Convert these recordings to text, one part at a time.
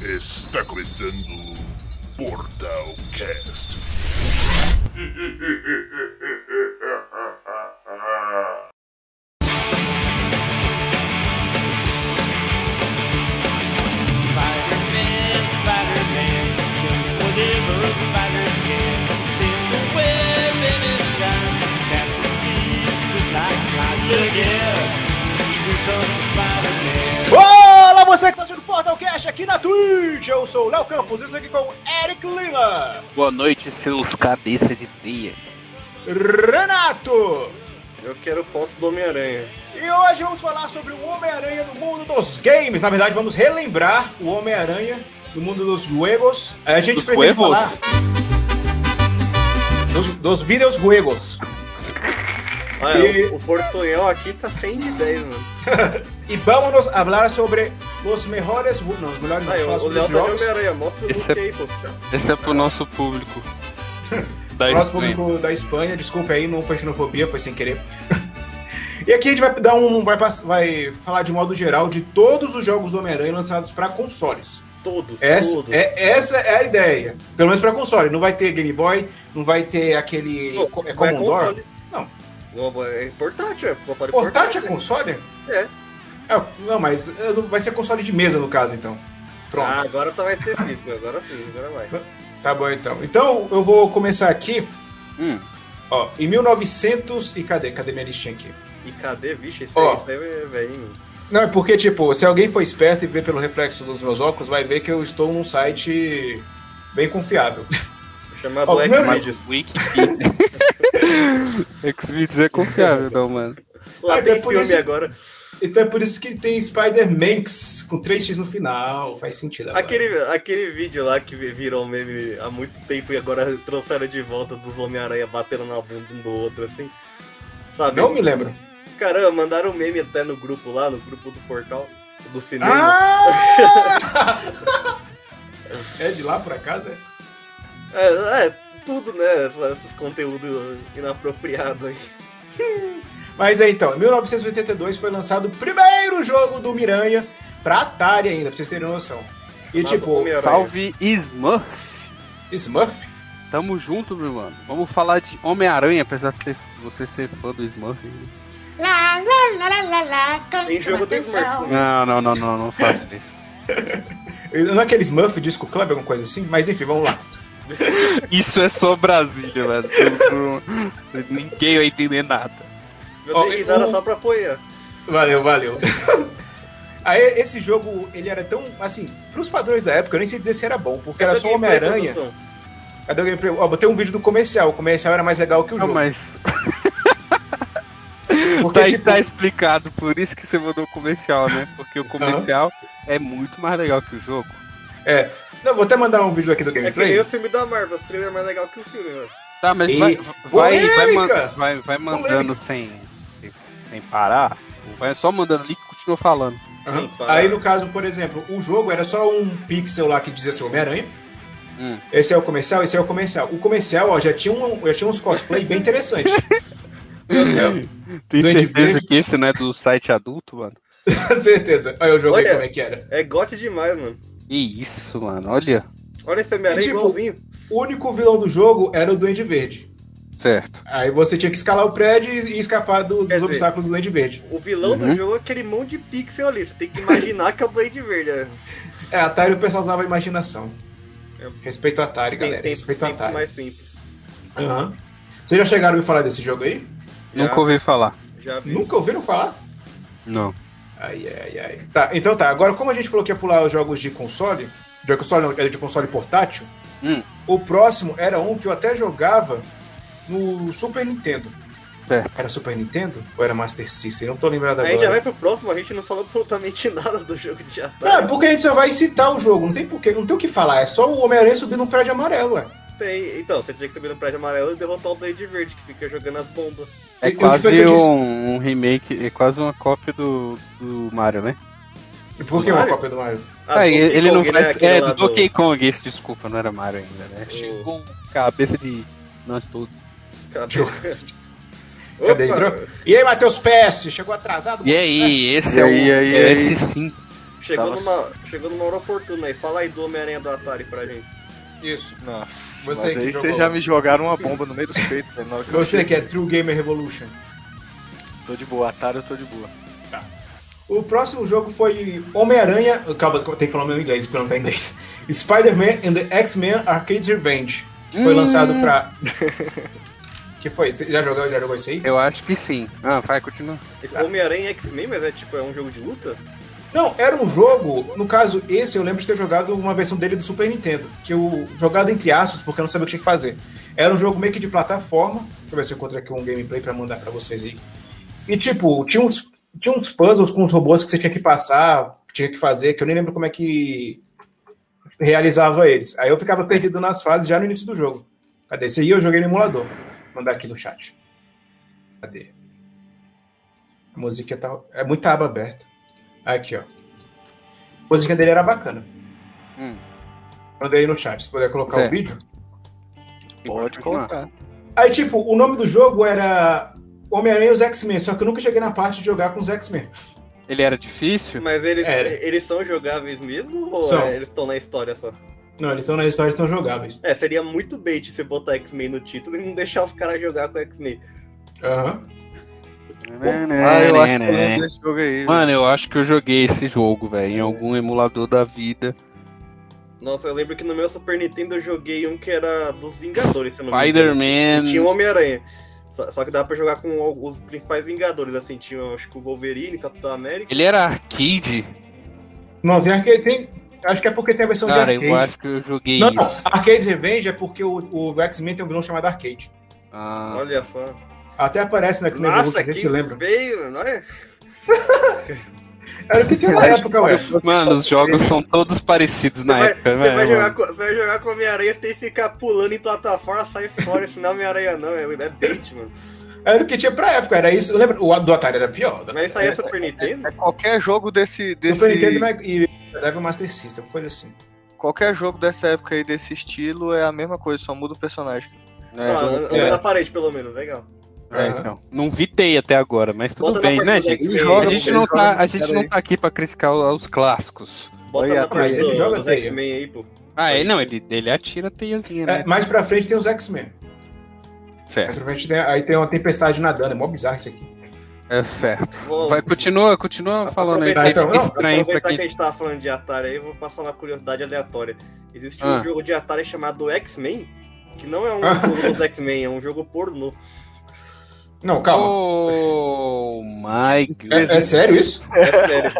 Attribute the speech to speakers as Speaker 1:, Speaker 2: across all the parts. Speaker 1: Está começando o Portal Cast.
Speaker 2: Spider-Man, Spider-Man, does whatever Spider can. Spins a web in his eyes, catches thieves just like flies. Look out, here comes Spider-Man.
Speaker 3: Olá, você que está assistindo o Portal Cash aqui na Twitch! Eu sou o Léo Campos e estou aqui com Eric Lima,
Speaker 4: Boa noite, seus cabeça de teia.
Speaker 3: Renato!
Speaker 5: Eu quero fotos do Homem-Aranha.
Speaker 3: E hoje vamos falar sobre o Homem-Aranha no mundo dos games. Na verdade, vamos relembrar o Homem-Aranha no mundo dos juegos. A gente
Speaker 4: Dos
Speaker 3: pretende
Speaker 4: huevos?
Speaker 3: falar dos, dos vídeos juegos.
Speaker 5: Ah,
Speaker 3: E-
Speaker 5: é, o, o portunhol aqui tá 100 de 10, mano.
Speaker 3: E vamos hablar sobre os melhores... ju- Não, os melhores
Speaker 5: Ah,
Speaker 3: falar
Speaker 5: o o
Speaker 3: sobre os
Speaker 5: Léo tá de
Speaker 3: jogos.
Speaker 5: Homem-Aranha. Mostra o
Speaker 4: Esse
Speaker 5: look
Speaker 4: é-
Speaker 5: aí, pô. Tá
Speaker 4: Esse é pro nosso público. Da
Speaker 3: Nosso
Speaker 4: Espanha.
Speaker 3: público da Espanha, desculpa aí, não foi xenofobia, foi sem querer. e aqui a gente vai dar um. Vai, pass- vai falar de modo geral de todos os jogos do Homem-Aranha lançados para consoles.
Speaker 5: Todos,
Speaker 3: Essa
Speaker 5: todos.
Speaker 3: é, essa é a ideia. Pelo menos para console. Não vai ter Game Boy, não vai ter aquele.
Speaker 5: Pô,
Speaker 3: é
Speaker 5: vai
Speaker 3: Commodore?
Speaker 5: console.
Speaker 3: Não.
Speaker 5: Não, é portátil, é portátil.
Speaker 3: Portátil é console?
Speaker 5: É.
Speaker 3: É, não, mas é, não- vai ser console de mesa no caso, então. Pronto.
Speaker 5: Ah, agora tá mais específico. Agora sim, agora vai.
Speaker 3: Tá bom então. Então eu vou começar aqui.
Speaker 4: Hum,
Speaker 3: Ó, em 1900 e cadê? Cadê minha listinha aqui?
Speaker 5: E cadê? Vixe, esse
Speaker 3: Ó.
Speaker 5: aí, esse aí é velhinho.
Speaker 3: Não, é porque, tipo, se alguém for esperto e ver pelo reflexo dos meus óculos, vai ver que eu estou num site bem confiável.
Speaker 5: Chamado
Speaker 3: Ó,
Speaker 5: Black
Speaker 4: Hum.
Speaker 3: primeiro-
Speaker 5: Videos.
Speaker 4: Wikipedia. Xvideos é confiável, não, mano.
Speaker 3: Ah,
Speaker 5: Lá tem
Speaker 3: depois
Speaker 5: filme
Speaker 3: esse-
Speaker 5: agora.
Speaker 3: Então é por isso que tem Spider-Manx com 3x no final. Faz sentido. agora.
Speaker 5: Aquele, aquele vídeo lá que vi- virou um meme há muito tempo e agora trouxeram de volta dos Homem-Aranha batendo na bunda um do outro, assim. Sabe?
Speaker 3: Não me lembro.
Speaker 5: Caramba, mandaram um meme até no grupo lá, no grupo do portal do cinema.
Speaker 3: Ah! é de lá por acaso? é?
Speaker 5: É, é, tudo, né? Esses conteúdos inapropriados aí.
Speaker 3: Mas é então, em 1982 foi lançado o primeiro jogo do Miranha pra Atari ainda, pra vocês terem noção. E
Speaker 5: Chamado
Speaker 3: tipo,
Speaker 5: Homem-Aranha.
Speaker 4: Salve Smurf.
Speaker 3: Smurf?
Speaker 4: Tamo junto, meu mano. Vamos falar de Homem-Aranha, apesar de ser- você ser fã do Smurf.
Speaker 6: La la la la la la. canta
Speaker 5: Tem jogo
Speaker 6: uma
Speaker 5: tem
Speaker 6: canção.
Speaker 5: Smurf, né?
Speaker 4: Não, não, não, não, não faça isso.
Speaker 3: Não é aquele Smurf Disco Club, alguma coisa assim? Mas enfim, vamos lá.
Speaker 4: Isso é só Brasília, mano. Não- não- Ninguém vai entender nada.
Speaker 5: Eu
Speaker 3: Ó,
Speaker 5: dei risada
Speaker 3: o-
Speaker 5: só pra apoiar.
Speaker 3: Valeu, valeu. Aí, esse jogo, ele era tão, assim, pros padrões da época, eu nem sei dizer se era bom, porque era só Homem-Aranha. Cadê o gameplay? Ó, botei um vídeo do comercial, o comercial era mais legal que o
Speaker 4: Não,
Speaker 3: jogo.
Speaker 4: mas
Speaker 3: porque,
Speaker 4: tá,
Speaker 3: tipo,
Speaker 4: tá explicado, por isso que você mandou o comercial, né? Porque o comercial é muito mais legal que o jogo.
Speaker 3: Não, vou até mandar um vídeo aqui do
Speaker 5: É que nem
Speaker 3: gameplay.
Speaker 5: o filme da Marvel, o trailer é mais legal que o filme, mano.
Speaker 4: Tá, mas
Speaker 3: E-
Speaker 4: vai, vai, vai, man-
Speaker 3: Polêmica!
Speaker 4: vai,
Speaker 3: Polêmica.
Speaker 4: vai mandando sem, sem, sem parar. Ou Vai só mandando link e continua falando.
Speaker 3: Aham.
Speaker 5: Sim, para.
Speaker 3: Aí, no caso, por exemplo, o jogo era só um pixel lá que dizia assim, Homem-Aranha.
Speaker 4: Hum.
Speaker 3: Esse é o comercial, esse é o comercial. O comercial, ó, já tinha, um, já tinha uns cosplay bem interessantes.
Speaker 4: Tem
Speaker 3: Doente
Speaker 4: certeza
Speaker 3: verde.
Speaker 4: que esse não é do site adulto, mano?
Speaker 3: Com certeza. Aí eu joguei
Speaker 5: Olha.
Speaker 3: como é que era.
Speaker 5: É gote demais, mano.
Speaker 4: Que isso, mano. Olha.
Speaker 5: Olha esse Homem-Aranha
Speaker 3: E, tipo,
Speaker 5: igualzinho.
Speaker 3: O único vilão do jogo era o Duende Verde.
Speaker 4: Certo.
Speaker 3: Aí você tinha que escalar o prédio e e escapar do- dos
Speaker 5: Quer dizer-
Speaker 3: obstáculos do Duende Verde.
Speaker 5: O vilão do
Speaker 4: Uhum.
Speaker 5: jogo é aquele monte de pixel ali. Você tem que imaginar que é o Blade Verde. né?
Speaker 3: É, Atari o pessoal usava a imaginação.
Speaker 5: É.
Speaker 3: Respeito ao Atari, galera.
Speaker 5: Tem, tem,
Speaker 3: Respeito ao
Speaker 5: tem
Speaker 3: Atari.
Speaker 5: mais simples.
Speaker 3: Aham. Vocês já chegaram a ouvir falar desse jogo aí?
Speaker 4: Nunca ouvi falar.
Speaker 5: Já vi.
Speaker 3: Nunca ouviram falar?
Speaker 4: Não.
Speaker 3: Ai, ai, ai. Tá, então tá. Agora, como a gente falou que ia pular os jogos de console, de console, não, era de console portátil,
Speaker 4: Hum.
Speaker 3: o próximo era um que eu até jogava no Super Nintendo.
Speaker 4: É.
Speaker 3: Era Super Nintendo ou era Master System? Não tô lembrado
Speaker 5: Aí
Speaker 3: agora.
Speaker 5: a gente já vai pro próximo, a gente não falou absolutamente nada do jogo de
Speaker 3: Não, é
Speaker 5: Atari.
Speaker 3: porque a gente só vai citar o jogo, não tem porquê, não tem o que falar, é só o Homem-Aranha subir num prédio amarelo, ué.
Speaker 5: Tem- Então, você tinha que subir no prédio amarelo e derrotar o Blade Verde, que fica jogando as bombas.
Speaker 4: É
Speaker 3: E- e o que foi que
Speaker 4: quase
Speaker 3: eu disse?
Speaker 4: um, um remake, é quase uma cópia do, do Mario, né?
Speaker 3: E por que uma
Speaker 5: Mario?
Speaker 3: cópia do Mario?
Speaker 5: Ah,
Speaker 4: Ah,
Speaker 5: Donkey
Speaker 4: ele, ele não
Speaker 5: Kong,
Speaker 4: faz.
Speaker 5: aquele
Speaker 4: é,
Speaker 5: lá
Speaker 4: do Donkey Kong, esse, desculpa, não era Mario ainda, né? Chegou cabeça de nós todos.
Speaker 5: Cadê?
Speaker 3: Cadê?
Speaker 5: Opa!
Speaker 3: Entrou? E aí, Matheus PS, chegou atrasado?
Speaker 4: E aí, esse
Speaker 7: E
Speaker 4: é
Speaker 7: aí,
Speaker 4: o
Speaker 7: aí, aí?
Speaker 4: S5.
Speaker 5: Chegou,
Speaker 4: Tava-
Speaker 5: numa, chegou numa hora oportuna aí. Fala aí do Homem-Aranha do Atari pra gente.
Speaker 3: É, Isso.
Speaker 7: Nossa,
Speaker 3: Você
Speaker 7: mas
Speaker 3: que
Speaker 7: aí
Speaker 3: jogou.
Speaker 7: vocês já me jogaram uma bomba no meio dos peitos, velho. na hora que eu
Speaker 3: Você
Speaker 7: achei.
Speaker 3: que é True Gamer Revolution.
Speaker 7: Tô de boa, Atari eu tô de boa.
Speaker 3: O próximo jogo foi Homem-Aranha. Calma, tem que falar o meu inglês, porque eu não tá em inglês. Spider-Man and the X-Men Arcade Revenge. Que foi lançado pra. que foi? Você já jogou, já jogou isso aí?
Speaker 4: Eu acho que sim. Ah, vai, continua.
Speaker 5: Esse
Speaker 3: Ah.
Speaker 5: Homem-Aranha X-Men, mas é tipo, é um jogo de luta?
Speaker 3: Não, era um jogo. No caso, esse eu lembro de ter jogado uma versão dele do Super Nintendo. Que eu. Jogado entre aspas, porque eu não sabia o que tinha que fazer. Era um jogo meio que de plataforma. Deixa eu ver se eu encontro aqui um gameplay pra mandar pra vocês aí. E tipo, tinha uns, tinha uns puzzles com os robôs que você tinha que passar, que tinha que fazer, que eu nem lembro como é que realizava eles. Aí eu ficava perdido nas fases já no início do jogo. Cadê? Esse aí eu joguei no emulador. Vou mandar aqui no chat. Cadê? A musiquinha tá. É muita aba aberta. Aqui, ó. A musiquinha dele era bacana.
Speaker 4: Hum.
Speaker 3: Mandei aí no chat, se puder colocar o
Speaker 4: Certo.
Speaker 3: vídeo.
Speaker 7: Pode
Speaker 4: continuar.
Speaker 7: colocar.
Speaker 3: Aí, tipo, o nome do jogo era Homem-Aranha e os X-Men, só que eu nunca cheguei na parte de jogar com os X-Men.
Speaker 4: Ele era difícil?
Speaker 5: Mas eles,
Speaker 3: Era.
Speaker 5: eles são jogáveis mesmo ou
Speaker 3: É. São.
Speaker 5: é, eles estão na história só?
Speaker 3: Não, eles estão na história, eles são jogáveis.
Speaker 5: É, seria muito bait você botar X-Men no título e não deixar os caras jogar com X-Men.
Speaker 3: Aham.
Speaker 7: Ah, eu acho que eu lembro desse jogo aí.
Speaker 4: É, né, Mano, eu acho que eu joguei esse jogo, velho, em algum emulador da vida.
Speaker 5: Nossa, eu lembro que no meu Super Nintendo eu joguei um que era dos Vingadores, se eu não me engano. E tinha um o
Speaker 4: Spider-Man.
Speaker 5: Homem-Aranha. Só, só que dava pra jogar com al- os principais Vingadores, assim, tinha acho que o Wolverine, Capitão América.
Speaker 4: Ele era arcade?
Speaker 3: Não, tem arcade. Tem, acho que é porque tem a versão
Speaker 4: Cara,
Speaker 3: de
Speaker 4: eu
Speaker 3: arcade.
Speaker 4: acho que eu joguei
Speaker 3: Não, não,
Speaker 4: isso.
Speaker 3: Arcade Revenge é porque o, o X-Men tem um vilão chamado Arcade.
Speaker 4: Ah,
Speaker 5: Olha só.
Speaker 3: Até aparece no X-Men Evolution,
Speaker 5: Nossa,
Speaker 3: a gente
Speaker 5: que
Speaker 3: se lembra.
Speaker 5: feio, é? mano, olha.
Speaker 3: Era o que que era na época, ué.
Speaker 4: Mano, os jogos são todos parecidos na
Speaker 5: Você vai-
Speaker 4: época,
Speaker 5: Você vai,
Speaker 4: velho.
Speaker 5: jogar
Speaker 4: mano.
Speaker 5: com, você vai jogar com Homem-Aranha, você tem que ficar pulando em plataforma, sai fora, senão Homem-Aranha não, é, é bait, mano.
Speaker 3: Era o que tinha pra época, era isso. Lembra? O do Atari era pior. o do
Speaker 5: Mas isso aí é Super Nintendo?
Speaker 7: É qualquer jogo desse. desse...
Speaker 3: Super Nintendo e Mega- e Devil Master System, coisa assim.
Speaker 7: Qualquer jogo dessa época aí, desse estilo, é a mesma coisa, só muda o personagem.
Speaker 5: Ah,
Speaker 4: É,
Speaker 5: anda
Speaker 3: é.
Speaker 5: na parede, pelo menos, legal.
Speaker 4: é, então. Não vitei até agora, mas tudo
Speaker 5: Bota na
Speaker 4: bem, né,
Speaker 5: partida
Speaker 4: gente?
Speaker 5: do
Speaker 7: Ele
Speaker 5: X-Men.
Speaker 7: joga,
Speaker 4: A gente não
Speaker 7: joga,
Speaker 4: tá, a
Speaker 7: pera
Speaker 4: gente não
Speaker 7: aí.
Speaker 4: tá aqui pra criticar os os clássicos.
Speaker 5: Bota
Speaker 7: Olha,
Speaker 5: na partida
Speaker 3: ele
Speaker 5: do-
Speaker 3: joga
Speaker 5: dos
Speaker 3: feio.
Speaker 5: X-Men aí, pô.
Speaker 4: Ah, é, não, ele, ele atira a teiazinha, né?
Speaker 3: É, mais pra frente tem os X-Men. Mais
Speaker 4: É. Certo,
Speaker 3: pra frente tem- aí tem uma tempestade nadando, é mó bizarro isso aqui.
Speaker 4: é certo.
Speaker 5: Vou-
Speaker 4: Vai, continua, continua falando aí,
Speaker 5: aproveitar-
Speaker 4: que fica
Speaker 3: então, não,
Speaker 4: estranho pra
Speaker 5: Aproveitar que
Speaker 4: quem...
Speaker 5: a gente tava falando de Atari aí, eu vou passar uma curiosidade aleatória. Existe
Speaker 4: Ah.
Speaker 5: um jogo de Atari chamado X-Men, que não é um
Speaker 3: Ah.
Speaker 5: jogo dos X-Men, é um jogo pornô.
Speaker 3: Não, calma.
Speaker 4: Oh, my God.
Speaker 3: é, é sério isso?
Speaker 5: É sério.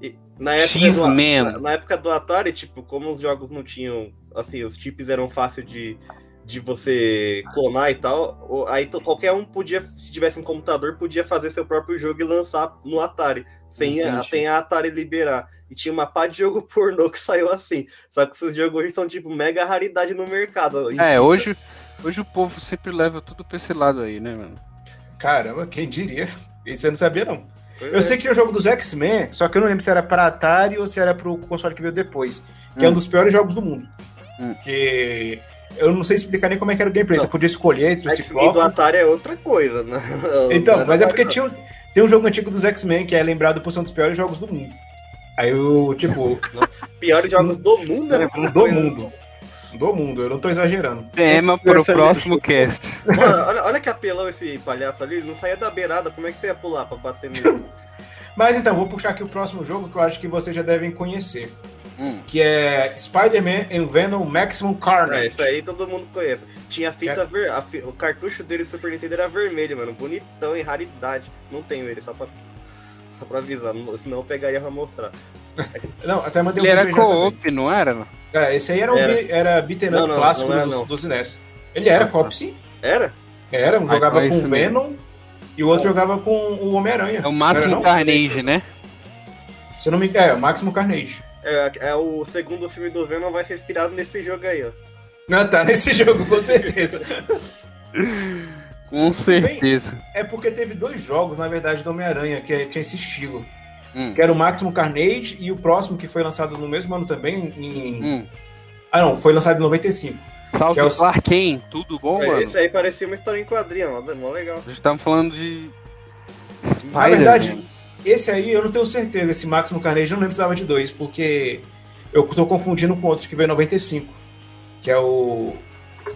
Speaker 5: E
Speaker 7: é
Speaker 5: na época do-
Speaker 4: X-Men.
Speaker 5: Na época do Atari, tipo, como os jogos não tinham. Assim, os chips eram fáceis de, de você clonar e tal. o- Aí to- qualquer um podia, se tivesse um computador, podia fazer seu próprio jogo e lançar no Atari. Sem a,
Speaker 4: Entendi.
Speaker 5: sem a Atari liberar. E tinha uma pá de jogo pornô que saiu assim. Só que esses jogos hoje são, tipo, mega raridade no mercado.
Speaker 4: É, hoje, hoje o povo sempre leva tudo pra esse lado aí, né, mano?
Speaker 3: Caramba, quem diria? Isso eu não sabia, não.
Speaker 5: Pois é.
Speaker 3: Eu sei que tinha o jogo dos X-Men, só que eu não lembro se era para Atari ou se era pro console que veio depois. Que é um
Speaker 4: Hum.
Speaker 3: dos piores jogos do mundo.
Speaker 4: Hum.
Speaker 3: Que eu não sei explicar nem como é que era o gameplay. Você podia escolher entre os
Speaker 5: X-Men do
Speaker 3: ciclopes.
Speaker 5: Atari é outra coisa, né?
Speaker 3: Então, mas é porque
Speaker 5: Atari-
Speaker 3: tinha, um- tem um jogo antigo dos X-Men que é lembrado por ser um dos piores jogos do mundo. Aí eu, tipo,
Speaker 5: Piores jogos do
Speaker 4: É
Speaker 5: mundo, né?
Speaker 3: do É, mundo. Do mundo, eu não tô exagerando.
Speaker 7: É,
Speaker 4: Tema É, pro próximo cast.
Speaker 5: Mano, olha, olha que apelão esse palhaço ali, ele não saía da beirada, como é que você ia pular pra bater nele?
Speaker 3: Mas então, vou puxar aqui o próximo jogo que eu acho que vocês já devem conhecer.
Speaker 4: Hum.
Speaker 3: Que é Spider-Man and Venom Maximum Carnage.
Speaker 5: É, isso aí todo mundo conhece. Tinha a fita ver... a fi- o cartucho dele do Super Nintendo era vermelho, mano, bonitão e raridade. Não tenho ele, só pra, só pra avisar, não- senão eu pegaria pra mostrar.
Speaker 3: Não, até mandei
Speaker 4: Ele
Speaker 3: um
Speaker 4: era
Speaker 3: vídeo já também.
Speaker 4: co-op, não era? mano?
Speaker 3: É, esse aí era, um
Speaker 5: Era.
Speaker 3: bi- era beaten
Speaker 5: Não,
Speaker 3: up
Speaker 5: não,
Speaker 3: clássico
Speaker 5: não era,
Speaker 3: dos,
Speaker 5: não.
Speaker 3: dos NES. Ele era cop, sim.
Speaker 5: Era?
Speaker 3: Era, um jogava
Speaker 4: então é
Speaker 3: com
Speaker 4: isso
Speaker 3: o Venom e o outro jogava com o Homem-Aranha.
Speaker 4: É o máximo
Speaker 3: Não era,
Speaker 4: Carnage, né?
Speaker 3: não? Se eu não me engano, é, o Máximo Carnage.
Speaker 5: É, é o segundo filme do Venom, vai ser inspirado nesse jogo aí, ó.
Speaker 3: Não, tá nesse jogo, com certeza.
Speaker 4: Com certeza.
Speaker 3: é porque teve dois jogos, na verdade, do Homem-Aranha, que é, que é esse estilo.
Speaker 4: Hum.
Speaker 3: Que era o Máximo Carnage e o próximo que foi lançado no mesmo ano também, em...
Speaker 4: Hum.
Speaker 3: Ah, não, foi lançado em 95.
Speaker 4: Salve
Speaker 3: Que é o-
Speaker 4: Clark Kent, tudo bom,
Speaker 5: É,
Speaker 4: mano?
Speaker 5: Esse aí parecia uma história em quadrinho, ó, mó legal.
Speaker 4: A gente tava falando de.
Speaker 3: Na verdade,
Speaker 4: Spider-Man.
Speaker 3: Esse aí eu não tenho certeza, esse Máximo Carnage, eu não lembro se dava de dois, porque eu tô confundindo com outro que veio em 95, que é o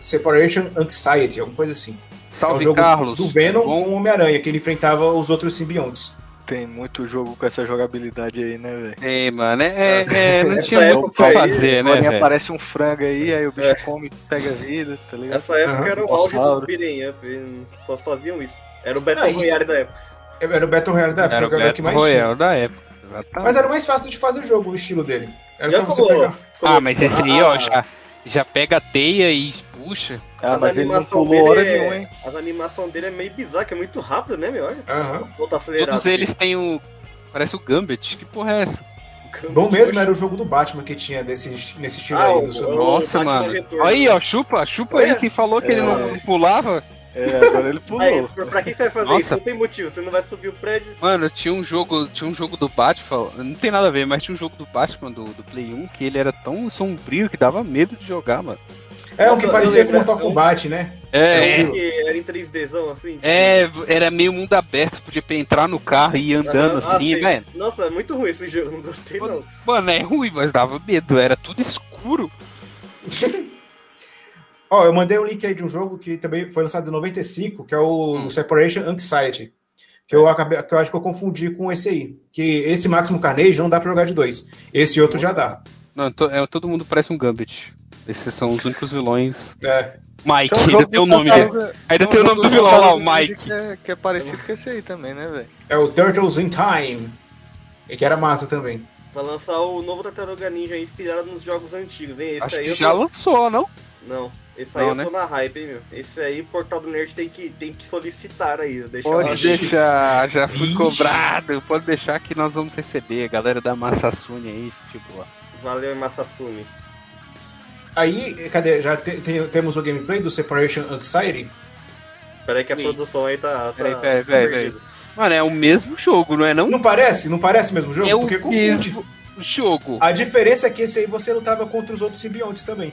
Speaker 3: Separation Anxiety, alguma coisa assim. é o
Speaker 4: Salve,
Speaker 3: jogo
Speaker 4: Carlos.
Speaker 3: Do Venom
Speaker 4: Bom,
Speaker 3: com o Homem-Aranha, que ele enfrentava os outros simbiontes.
Speaker 7: Tem muito jogo com essa jogabilidade aí, né, velho?
Speaker 4: Ei, mano, é, é- é, não tinha
Speaker 5: Essa
Speaker 4: muito o que
Speaker 5: época aí,
Speaker 4: fazer, né,
Speaker 7: Agora
Speaker 4: velho? É.
Speaker 7: aparece um frango aí, aí o bicho come, pega vida, tá ligado?
Speaker 5: Essa época
Speaker 3: Aham.
Speaker 5: era o auge dos
Speaker 7: Dinossauro.
Speaker 5: beating up, e só faziam isso. Era o Battle
Speaker 3: Aí.
Speaker 5: Royale da época.
Speaker 3: Era o Battle Royale da época,
Speaker 4: Era é o
Speaker 3: que era o que
Speaker 4: Battle
Speaker 3: mais tinha.
Speaker 4: Royale da época. Exatamente.
Speaker 3: Mas é era o mais fácil de fazer o jogo, o estilo dele. Era
Speaker 5: Já
Speaker 3: só você
Speaker 5: como-
Speaker 3: pegar.
Speaker 4: Ah, mas esse aí,
Speaker 5: Ah.
Speaker 4: ó, já, já pega a teia e puxa.
Speaker 7: Ah,
Speaker 5: As
Speaker 7: mas ele não
Speaker 5: animação
Speaker 7: pulou hora
Speaker 5: dele é-
Speaker 7: nenhuma, hein?
Speaker 5: As animações dele é meio bizarra, que é muito rápido, né, meu? Olha,
Speaker 3: Aham.
Speaker 5: volta acelerado.
Speaker 4: Todos eles têm o. Parece o Gambit. Que porra é essa?
Speaker 3: Bom mesmo né, era o jogo do Batman que tinha desse, nesse estilo
Speaker 5: Ah,
Speaker 3: aí.
Speaker 5: o-
Speaker 3: do seu
Speaker 5: o-
Speaker 3: nome.
Speaker 4: Nossa,
Speaker 5: Batman
Speaker 4: mano.
Speaker 5: Retorno.
Speaker 4: Aí, ó, chupa, chupa
Speaker 5: É.
Speaker 4: aí quem falou que ele não não pulava.
Speaker 7: É, agora ele pulou.
Speaker 5: Aí, pra- pra que você vai fazer
Speaker 4: Nossa.
Speaker 5: isso? Não tem motivo, você não vai subir o prédio.
Speaker 4: Mano, tinha um jogo, tinha um jogo do Batman, não tem nada a ver, mas tinha um jogo do Batman do, do Play 1 que ele era tão sombrio que dava medo de jogar, mano.
Speaker 3: É o
Speaker 5: Nossa,
Speaker 3: que
Speaker 5: eu
Speaker 3: parecia com
Speaker 5: lembro,
Speaker 3: Mortal
Speaker 5: é um-
Speaker 3: Kombat, né?
Speaker 4: É,
Speaker 3: É.
Speaker 4: é,
Speaker 5: Porque era em 3Dzão, assim.
Speaker 4: era meio mundo aberto, podia entrar no carro e ir andando
Speaker 5: Ah,
Speaker 4: assim,
Speaker 5: sei.
Speaker 4: velho.
Speaker 5: Nossa, é muito ruim esse jogo, não gostei não.
Speaker 4: Mano, é ruim, mas dava medo, era tudo escuro.
Speaker 3: Ó, eu mandei o link aí de um jogo que também foi lançado em 95, que é o Separation Anxiety. Que eu, acabei, que eu acho que eu confundi com esse aí. Que esse Máximo Carnage não dá pra jogar de dois. Esse outro já dá.
Speaker 4: Não, to- é, todo mundo parece um Gambit. Esses são os únicos vilões.
Speaker 3: É.
Speaker 4: Mike,
Speaker 7: Tem
Speaker 4: ainda
Speaker 7: um jogo
Speaker 4: tem o
Speaker 7: do
Speaker 4: nome dele.
Speaker 7: Tartaruga-
Speaker 4: Ainda
Speaker 7: um
Speaker 4: tem o
Speaker 7: jogo
Speaker 4: nome do vilão lá, o
Speaker 7: Tartaruga Ninja
Speaker 4: Mike.
Speaker 7: Que é, que é parecido com esse aí também, né, velho?
Speaker 3: É o Turtles in Time. E que era massa também.
Speaker 5: Pra lançar o novo Tartaruga Ninja aí, inspirado nos jogos antigos, hein? Esse
Speaker 4: Acho
Speaker 5: aí
Speaker 4: que
Speaker 5: eu
Speaker 4: já
Speaker 5: tô...
Speaker 4: lançou, não?
Speaker 5: Não, esse aí
Speaker 4: Não, né?
Speaker 5: eu tô na hype, hein, meu. Esse aí o Portal do Nerd tem que, tem que solicitar aí, deixa lá.
Speaker 4: Pode deixar, já fui
Speaker 3: Ixi.
Speaker 4: cobrado. Pode deixar que nós vamos receber. Galera da Massasune aí, tipo, ó.
Speaker 5: Valeu, Massasumi.
Speaker 3: Aí, cadê? Já te- tem- temos o gameplay do Separation Anxiety?
Speaker 5: Peraí que a
Speaker 4: Sim.
Speaker 5: produção aí tá. tá
Speaker 4: Peraí, peraí, peraí, peraí.
Speaker 5: perdida.
Speaker 4: Mano, é o mesmo jogo, não é não?
Speaker 3: Não parece? Não parece o mesmo jogo?
Speaker 4: é o
Speaker 3: Porque confunde.
Speaker 4: mesmo jogo.
Speaker 3: A diferença é que esse aí você lutava contra os outros simbiontes também.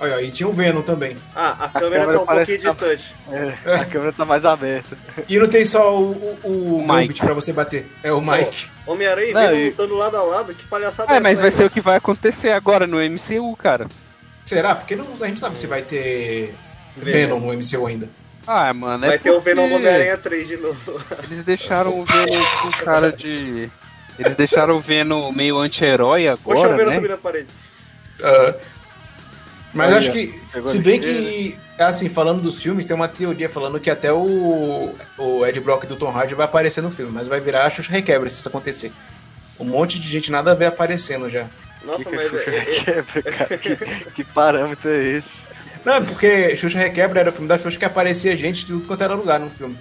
Speaker 3: Olha, e tinha o Venom também.
Speaker 5: Ah, a câmera
Speaker 7: câmera
Speaker 5: tá um
Speaker 7: parece
Speaker 5: pouquinho
Speaker 7: que
Speaker 5: distante.
Speaker 7: É, a câmera tá mais aberta.
Speaker 3: E não tem só o, o, o
Speaker 4: O
Speaker 3: Gambit
Speaker 4: Mike.
Speaker 3: pra você bater. É o Mike.
Speaker 5: Homem-Aranha
Speaker 7: Não,
Speaker 5: vendo
Speaker 7: e-
Speaker 5: lutando lado a lado, que palhaçada
Speaker 4: É, mas
Speaker 5: essa
Speaker 4: vai
Speaker 5: aí?
Speaker 4: ser o que vai acontecer agora no MCU, cara.
Speaker 3: Será? Porque não, a gente sabe se vai ter Venom no MCU ainda.
Speaker 4: Ah, mano, é
Speaker 5: Vai ter o
Speaker 4: porque
Speaker 5: Venom do Homem-Aranha 3 de novo.
Speaker 4: Eles deixaram o Venom com cara de... Eles deixaram o Venom meio anti-herói
Speaker 5: Poxa, o
Speaker 4: agora,
Speaker 5: Venom tá
Speaker 4: né?
Speaker 5: subir na parede.
Speaker 3: Ah. Mas
Speaker 7: Olha,
Speaker 3: acho que,
Speaker 7: pegou
Speaker 3: se
Speaker 7: a
Speaker 3: bem
Speaker 7: lixeira.
Speaker 3: que, assim, falando dos filmes, tem uma teoria falando que até o, o Ed Brock do Tom Hardy vai aparecer no filme, mas vai virar a Xuxa Requebra se isso acontecer. Um monte de gente nada a ver aparecendo já.
Speaker 5: Nossa,
Speaker 7: Fica
Speaker 5: mas
Speaker 7: Xuxa
Speaker 5: é- é-
Speaker 7: quebra, cara. Que, que parâmetro é esse?
Speaker 3: Não, é porque Xuxa Requebra era o filme da Xuxa que aparecia gente de tudo quanto era lugar no filme.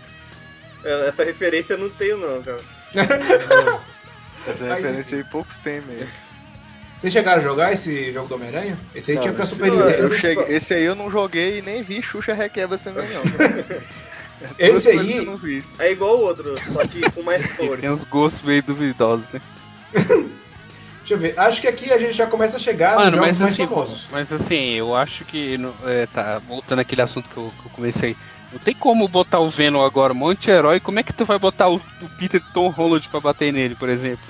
Speaker 5: é- essa referência eu não tenho, não, cara.
Speaker 7: Essa
Speaker 3: Mas,
Speaker 7: referência aí poucos têm mesmo.
Speaker 3: Vocês chegaram a jogar esse jogo do Homem-Aranha? Esse aí
Speaker 7: Não,
Speaker 3: tinha pra
Speaker 7: esse
Speaker 3: Super
Speaker 5: não,
Speaker 3: Nintendo.
Speaker 7: Eu cheguei, esse aí eu não joguei e nem vi Xuxa Requebra também, não. É
Speaker 3: Esse
Speaker 7: duas coisas que
Speaker 3: aí-
Speaker 7: eu não vi.
Speaker 5: É igual o outro, só que com mais
Speaker 4: E
Speaker 5: cores. Ah,
Speaker 4: tem um uns gostos meio duvidosos, né?
Speaker 3: Deixa eu ver. Acho que aqui a gente já começa a chegar nos
Speaker 4: Mano,
Speaker 3: jogos
Speaker 4: mas
Speaker 3: é mais
Speaker 4: assim,
Speaker 3: famosos.
Speaker 4: mas assim, eu acho que. no- é, tá, voltando àquele assunto que eu, que eu comecei. Não tem como botar o Venom agora, um monte de herói. Como é que tu vai botar o, o Peter Tom Holland pra bater nele, por exemplo?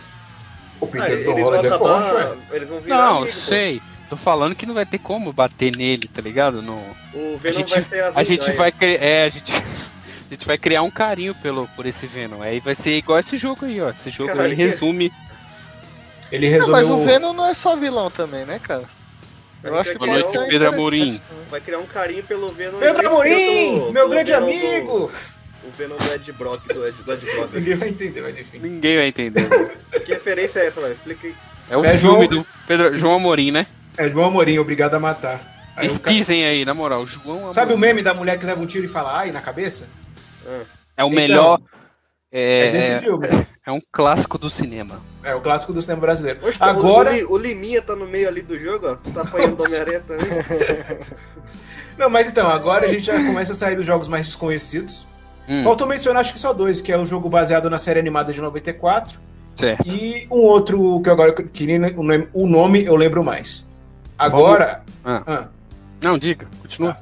Speaker 3: O
Speaker 5: Ah,
Speaker 3: Peter
Speaker 5: eles
Speaker 3: do
Speaker 5: vão
Speaker 3: Holland é forte, ué.
Speaker 5: acabar. Eles vão virar.
Speaker 4: não,
Speaker 5: amigo, pô.
Speaker 4: sei. Tô falando que não vai ter como bater nele, tá ligado? No,
Speaker 5: O
Speaker 4: a
Speaker 5: Venom
Speaker 4: gente,
Speaker 5: vai ter as
Speaker 4: a gente
Speaker 5: ideias.
Speaker 4: vai criar. É, a gente. A gente vai criar um carinho pelo, por esse Venom. Aí vai ser igual esse jogo aí, ó. Esse jogo
Speaker 5: Caralho.
Speaker 4: aí resume.
Speaker 3: Ele
Speaker 7: Não, mas o
Speaker 3: resolveu.
Speaker 7: Venom não é só vilão também, né, cara? Eu
Speaker 5: Vai
Speaker 7: acho que
Speaker 5: criar
Speaker 4: Boa noite,
Speaker 5: um-
Speaker 7: é
Speaker 4: Pedro Amorim.
Speaker 7: interessante.
Speaker 5: Vai criar um carinho pelo Venom.
Speaker 3: Pedro
Speaker 5: pelo-
Speaker 3: Amorim, meu
Speaker 5: pelo
Speaker 3: grande
Speaker 5: Venom do-
Speaker 3: amigo!
Speaker 5: O Venom do Ed Brock, do Ed, do Ed Brock.
Speaker 3: Ninguém vai entender, mas enfim.
Speaker 4: Ninguém vai entender.
Speaker 5: que referência é essa, mano? Explica aí.
Speaker 4: É o
Speaker 3: É
Speaker 4: filme
Speaker 3: João-
Speaker 4: do Pedro, João Amorim, né?
Speaker 3: É João Amorim, obrigado a matar. Aí o
Speaker 4: Eles
Speaker 3: ca-
Speaker 4: dizem aí, na moral, João Amorim.
Speaker 3: Sabe o meme da mulher que leva um tiro e fala ai na cabeça?
Speaker 4: É o
Speaker 3: Então,
Speaker 4: melhor. É,
Speaker 3: É, desse
Speaker 4: é-
Speaker 3: filme.
Speaker 4: é um clássico do cinema.
Speaker 3: É o clássico do cinema brasileiro.
Speaker 5: Poxa, o-
Speaker 3: Agora.
Speaker 5: O, Li- o Liminha tá no meio ali do jogo, ó. Tá apanhando o Homem-Aranha também.
Speaker 3: Não, mas então, agora a gente já começa a sair dos jogos mais desconhecidos.
Speaker 4: Hum.
Speaker 3: Faltou mencionar, acho que só dois, que é o jogo baseado na série animada de 94
Speaker 4: Certo.
Speaker 3: e um outro que eu agora queria o nome, o nome eu lembro mais. Agora,
Speaker 4: Vamos-
Speaker 3: Ah,
Speaker 4: Não, diga, continua.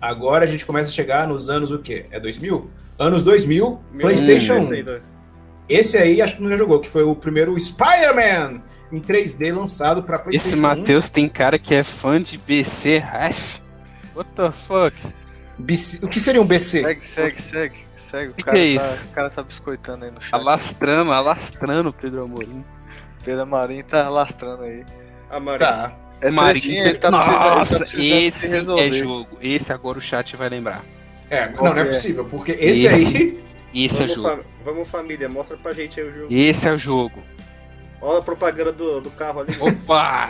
Speaker 3: agora a gente começa a chegar nos anos o quê? É 2000? Anos 2000, PlayStation
Speaker 5: Esse aí,
Speaker 3: 1.
Speaker 5: tá?
Speaker 3: Esse aí acho que não jogou, que foi o primeiro Spider-Man em 3D lançado pra PlayStation.
Speaker 4: Esse
Speaker 3: 1.
Speaker 4: Matheus tem cara que é fã de BC Raf. What the fuck?
Speaker 3: BC O que seria um BC?
Speaker 7: Segue, segue, segue. Segue. O
Speaker 4: Que
Speaker 7: cara,
Speaker 4: que é
Speaker 7: tá,
Speaker 4: isso?
Speaker 7: o cara tá biscoitando aí no chat.
Speaker 4: Alastrando, alastrando o Pedro Amorim.
Speaker 7: Pera Marinho tá lastrando aí.
Speaker 5: A Maria.
Speaker 3: Tá.
Speaker 7: É tretinha, ele tá precisando-
Speaker 4: Nossa,
Speaker 7: ele tá precisando se
Speaker 4: esse
Speaker 7: resolver.
Speaker 4: é jogo. Esse agora o chat vai lembrar.
Speaker 3: É, não,
Speaker 7: Qual
Speaker 3: não é
Speaker 7: que é?
Speaker 3: possível, porque esse
Speaker 4: Esse.
Speaker 3: aí.
Speaker 4: Esse é o
Speaker 5: Vamos,
Speaker 4: jogo.
Speaker 5: fa- vamos, família, mostra pra gente aí o jogo.
Speaker 4: Esse é o jogo.
Speaker 5: Olha a propaganda do, do carro ali.
Speaker 4: Opa!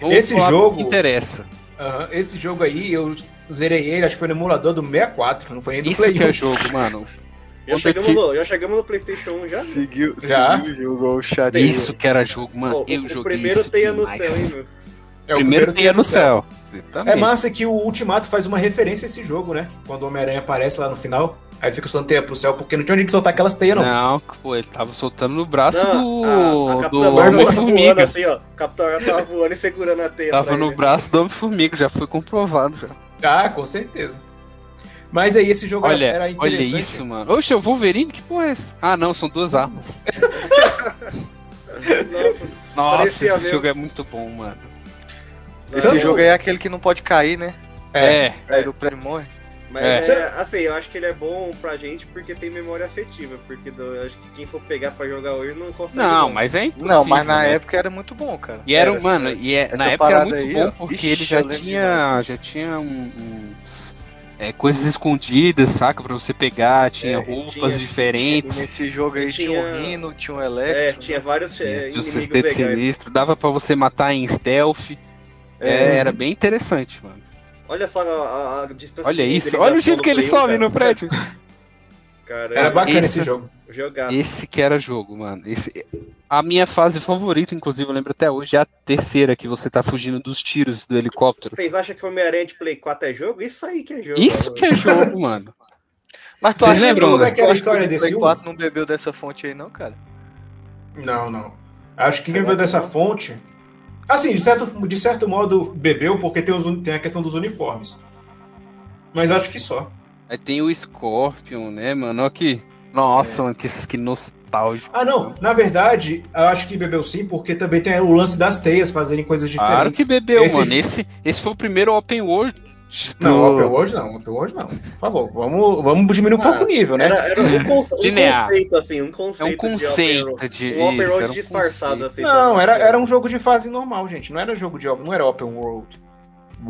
Speaker 4: Vamos
Speaker 3: Esse
Speaker 4: falar do
Speaker 3: jogo-
Speaker 4: que interessa.
Speaker 3: Aham, esse jogo aí, eu zerei ele, acho que foi no emulador do 64, não foi nem do
Speaker 4: Isso
Speaker 3: Play
Speaker 4: que é
Speaker 3: 1.
Speaker 4: o jogo, mano.
Speaker 5: Já
Speaker 4: Vamos
Speaker 5: chegamos,
Speaker 4: aqui.
Speaker 5: no, já chegamos no PlayStation 1 já?
Speaker 7: Seguiu,
Speaker 3: Já?
Speaker 7: seguiu o jogo, o chat. aí.
Speaker 4: Isso que era jogo, mano.
Speaker 5: Ó,
Speaker 4: eu
Speaker 5: o, o
Speaker 4: joguei
Speaker 5: primeiro
Speaker 4: isso
Speaker 5: teia no
Speaker 4: demais.
Speaker 5: céu, hein, meu?
Speaker 3: É, o
Speaker 4: primeiro
Speaker 3: tem
Speaker 4: teia no céu.
Speaker 3: É
Speaker 4: Exatamente.
Speaker 3: massa que o Ultimato faz uma referência a esse jogo, né? Quando o Homem-Aranha aparece lá no final, aí fica soltando teia pro céu, porque não tinha onde soltar aquelas teias, não.
Speaker 4: Não, que pô, ele tava soltando no braço
Speaker 5: Não,
Speaker 4: do. do
Speaker 5: Capitã Marvel tava voando
Speaker 4: Homem-Formiga.
Speaker 5: assim, ó. Capitão Marvel tava voando e segurando a teia.
Speaker 4: Tava
Speaker 5: pra
Speaker 4: no
Speaker 5: ele.
Speaker 4: braço do Homem-Formiga, já foi comprovado já.
Speaker 3: Ah, com certeza. Mas aí esse jogo
Speaker 4: Olha,
Speaker 3: era
Speaker 4: olha
Speaker 3: interessante.
Speaker 4: isso, mano. Oxe, é o Wolverine? Que porra é essa? Ah, não, são duas armas.
Speaker 5: Não,
Speaker 4: Nossa,
Speaker 5: Parecia
Speaker 4: esse
Speaker 5: mesmo.
Speaker 4: jogo é muito bom, mano.
Speaker 7: Esse
Speaker 5: não,
Speaker 7: jogo aí é aquele que não pode cair, né?
Speaker 3: É.
Speaker 4: É,
Speaker 7: Aí do prédio morre.
Speaker 5: Mas
Speaker 4: É.
Speaker 5: é, assim, eu acho que ele é bom pra gente porque tem memória afetiva. Porque do- eu acho que quem for pegar pra jogar hoje não consegue.
Speaker 4: não, mas é impossível.
Speaker 7: Não, mas na
Speaker 4: né?
Speaker 7: época era muito bom, cara.
Speaker 4: E era,
Speaker 5: era,
Speaker 4: mano, e é-
Speaker 7: essa
Speaker 4: na época era
Speaker 7: parada
Speaker 4: muito
Speaker 7: aí,
Speaker 4: bom
Speaker 7: ó.
Speaker 4: porque
Speaker 7: Ixi,
Speaker 4: ele já
Speaker 7: eu lembro
Speaker 4: tinha. Já tinha um- uns. é, coisas escondidas, saca? Pra você pegar, tinha
Speaker 5: É,
Speaker 4: roupas
Speaker 5: tinha-
Speaker 7: E
Speaker 4: diferentes.
Speaker 7: nesse jogo aí tinha,
Speaker 5: Tinha-
Speaker 7: um rino, tinha um
Speaker 5: É,
Speaker 7: elétrico.
Speaker 5: tinha vários é,
Speaker 4: Tinha o
Speaker 5: inimigos
Speaker 4: sexteto
Speaker 5: legais.
Speaker 4: sinistro, dava pra você matar em stealth. É, era bem interessante, mano.
Speaker 5: Olha só a, a- a distância.
Speaker 4: Olha
Speaker 5: de
Speaker 4: isso, olha o jeito que
Speaker 5: renderização do
Speaker 4: ele
Speaker 5: Play um,
Speaker 4: sobe
Speaker 5: cara.
Speaker 4: no prédio.
Speaker 5: Cara, é um
Speaker 3: Era bacana
Speaker 4: Esse-
Speaker 3: esse jogo.
Speaker 5: Jogar.
Speaker 4: Esse que era jogo, mano. Esse... A minha fase favorita, inclusive, eu lembro até hoje, é a terceira, que você tá fugindo dos tiros do helicóptero.
Speaker 5: Vocês acham que o Homem-Aranha de Play 4 é jogo? Isso aí que é jogo.
Speaker 4: Isso que é jogo, mano.
Speaker 7: Mas tu
Speaker 4: Vocês
Speaker 7: acha que
Speaker 4: lembram,
Speaker 7: o-
Speaker 4: né?
Speaker 7: tu acha
Speaker 3: história
Speaker 7: é que o
Speaker 3: desse
Speaker 7: Play
Speaker 3: um?
Speaker 7: 4 não bebeu dessa fonte aí, não, cara?
Speaker 3: Não, não. Acho
Speaker 4: é
Speaker 3: que quem bebeu dessa fonte. Assim, de certo, de certo modo bebeu, porque tem, os uni- tem a questão dos uniformes. Mas acho que só.
Speaker 4: Aí tem o Scorpion, né, mano? Olha aqui.
Speaker 5: É.
Speaker 4: Nossa, mano, que, que nostálgico.
Speaker 3: Ah, não. Na verdade, eu acho que bebeu sim, porque também tem o lance das teias fazerem coisas diferentes.
Speaker 4: Claro que bebeu,
Speaker 3: Esse-
Speaker 4: mano. Esse, esse foi o primeiro Open World.
Speaker 3: Não,
Speaker 4: do-
Speaker 3: Open World não, Open World não. Por favor, vamos, vamos diminuir um
Speaker 4: é.
Speaker 3: pouco o nível, né?
Speaker 5: Era, era um, conce- um
Speaker 4: Linear.
Speaker 5: conceito, assim, um
Speaker 4: É
Speaker 5: conceito.
Speaker 4: um conceito de.
Speaker 5: De open road. um open
Speaker 4: isso,
Speaker 5: road
Speaker 4: era um
Speaker 5: disfarçado, assim.
Speaker 3: Não,
Speaker 5: sabe?
Speaker 3: era, era um jogo de fase normal, gente. Não era jogo de não era open world.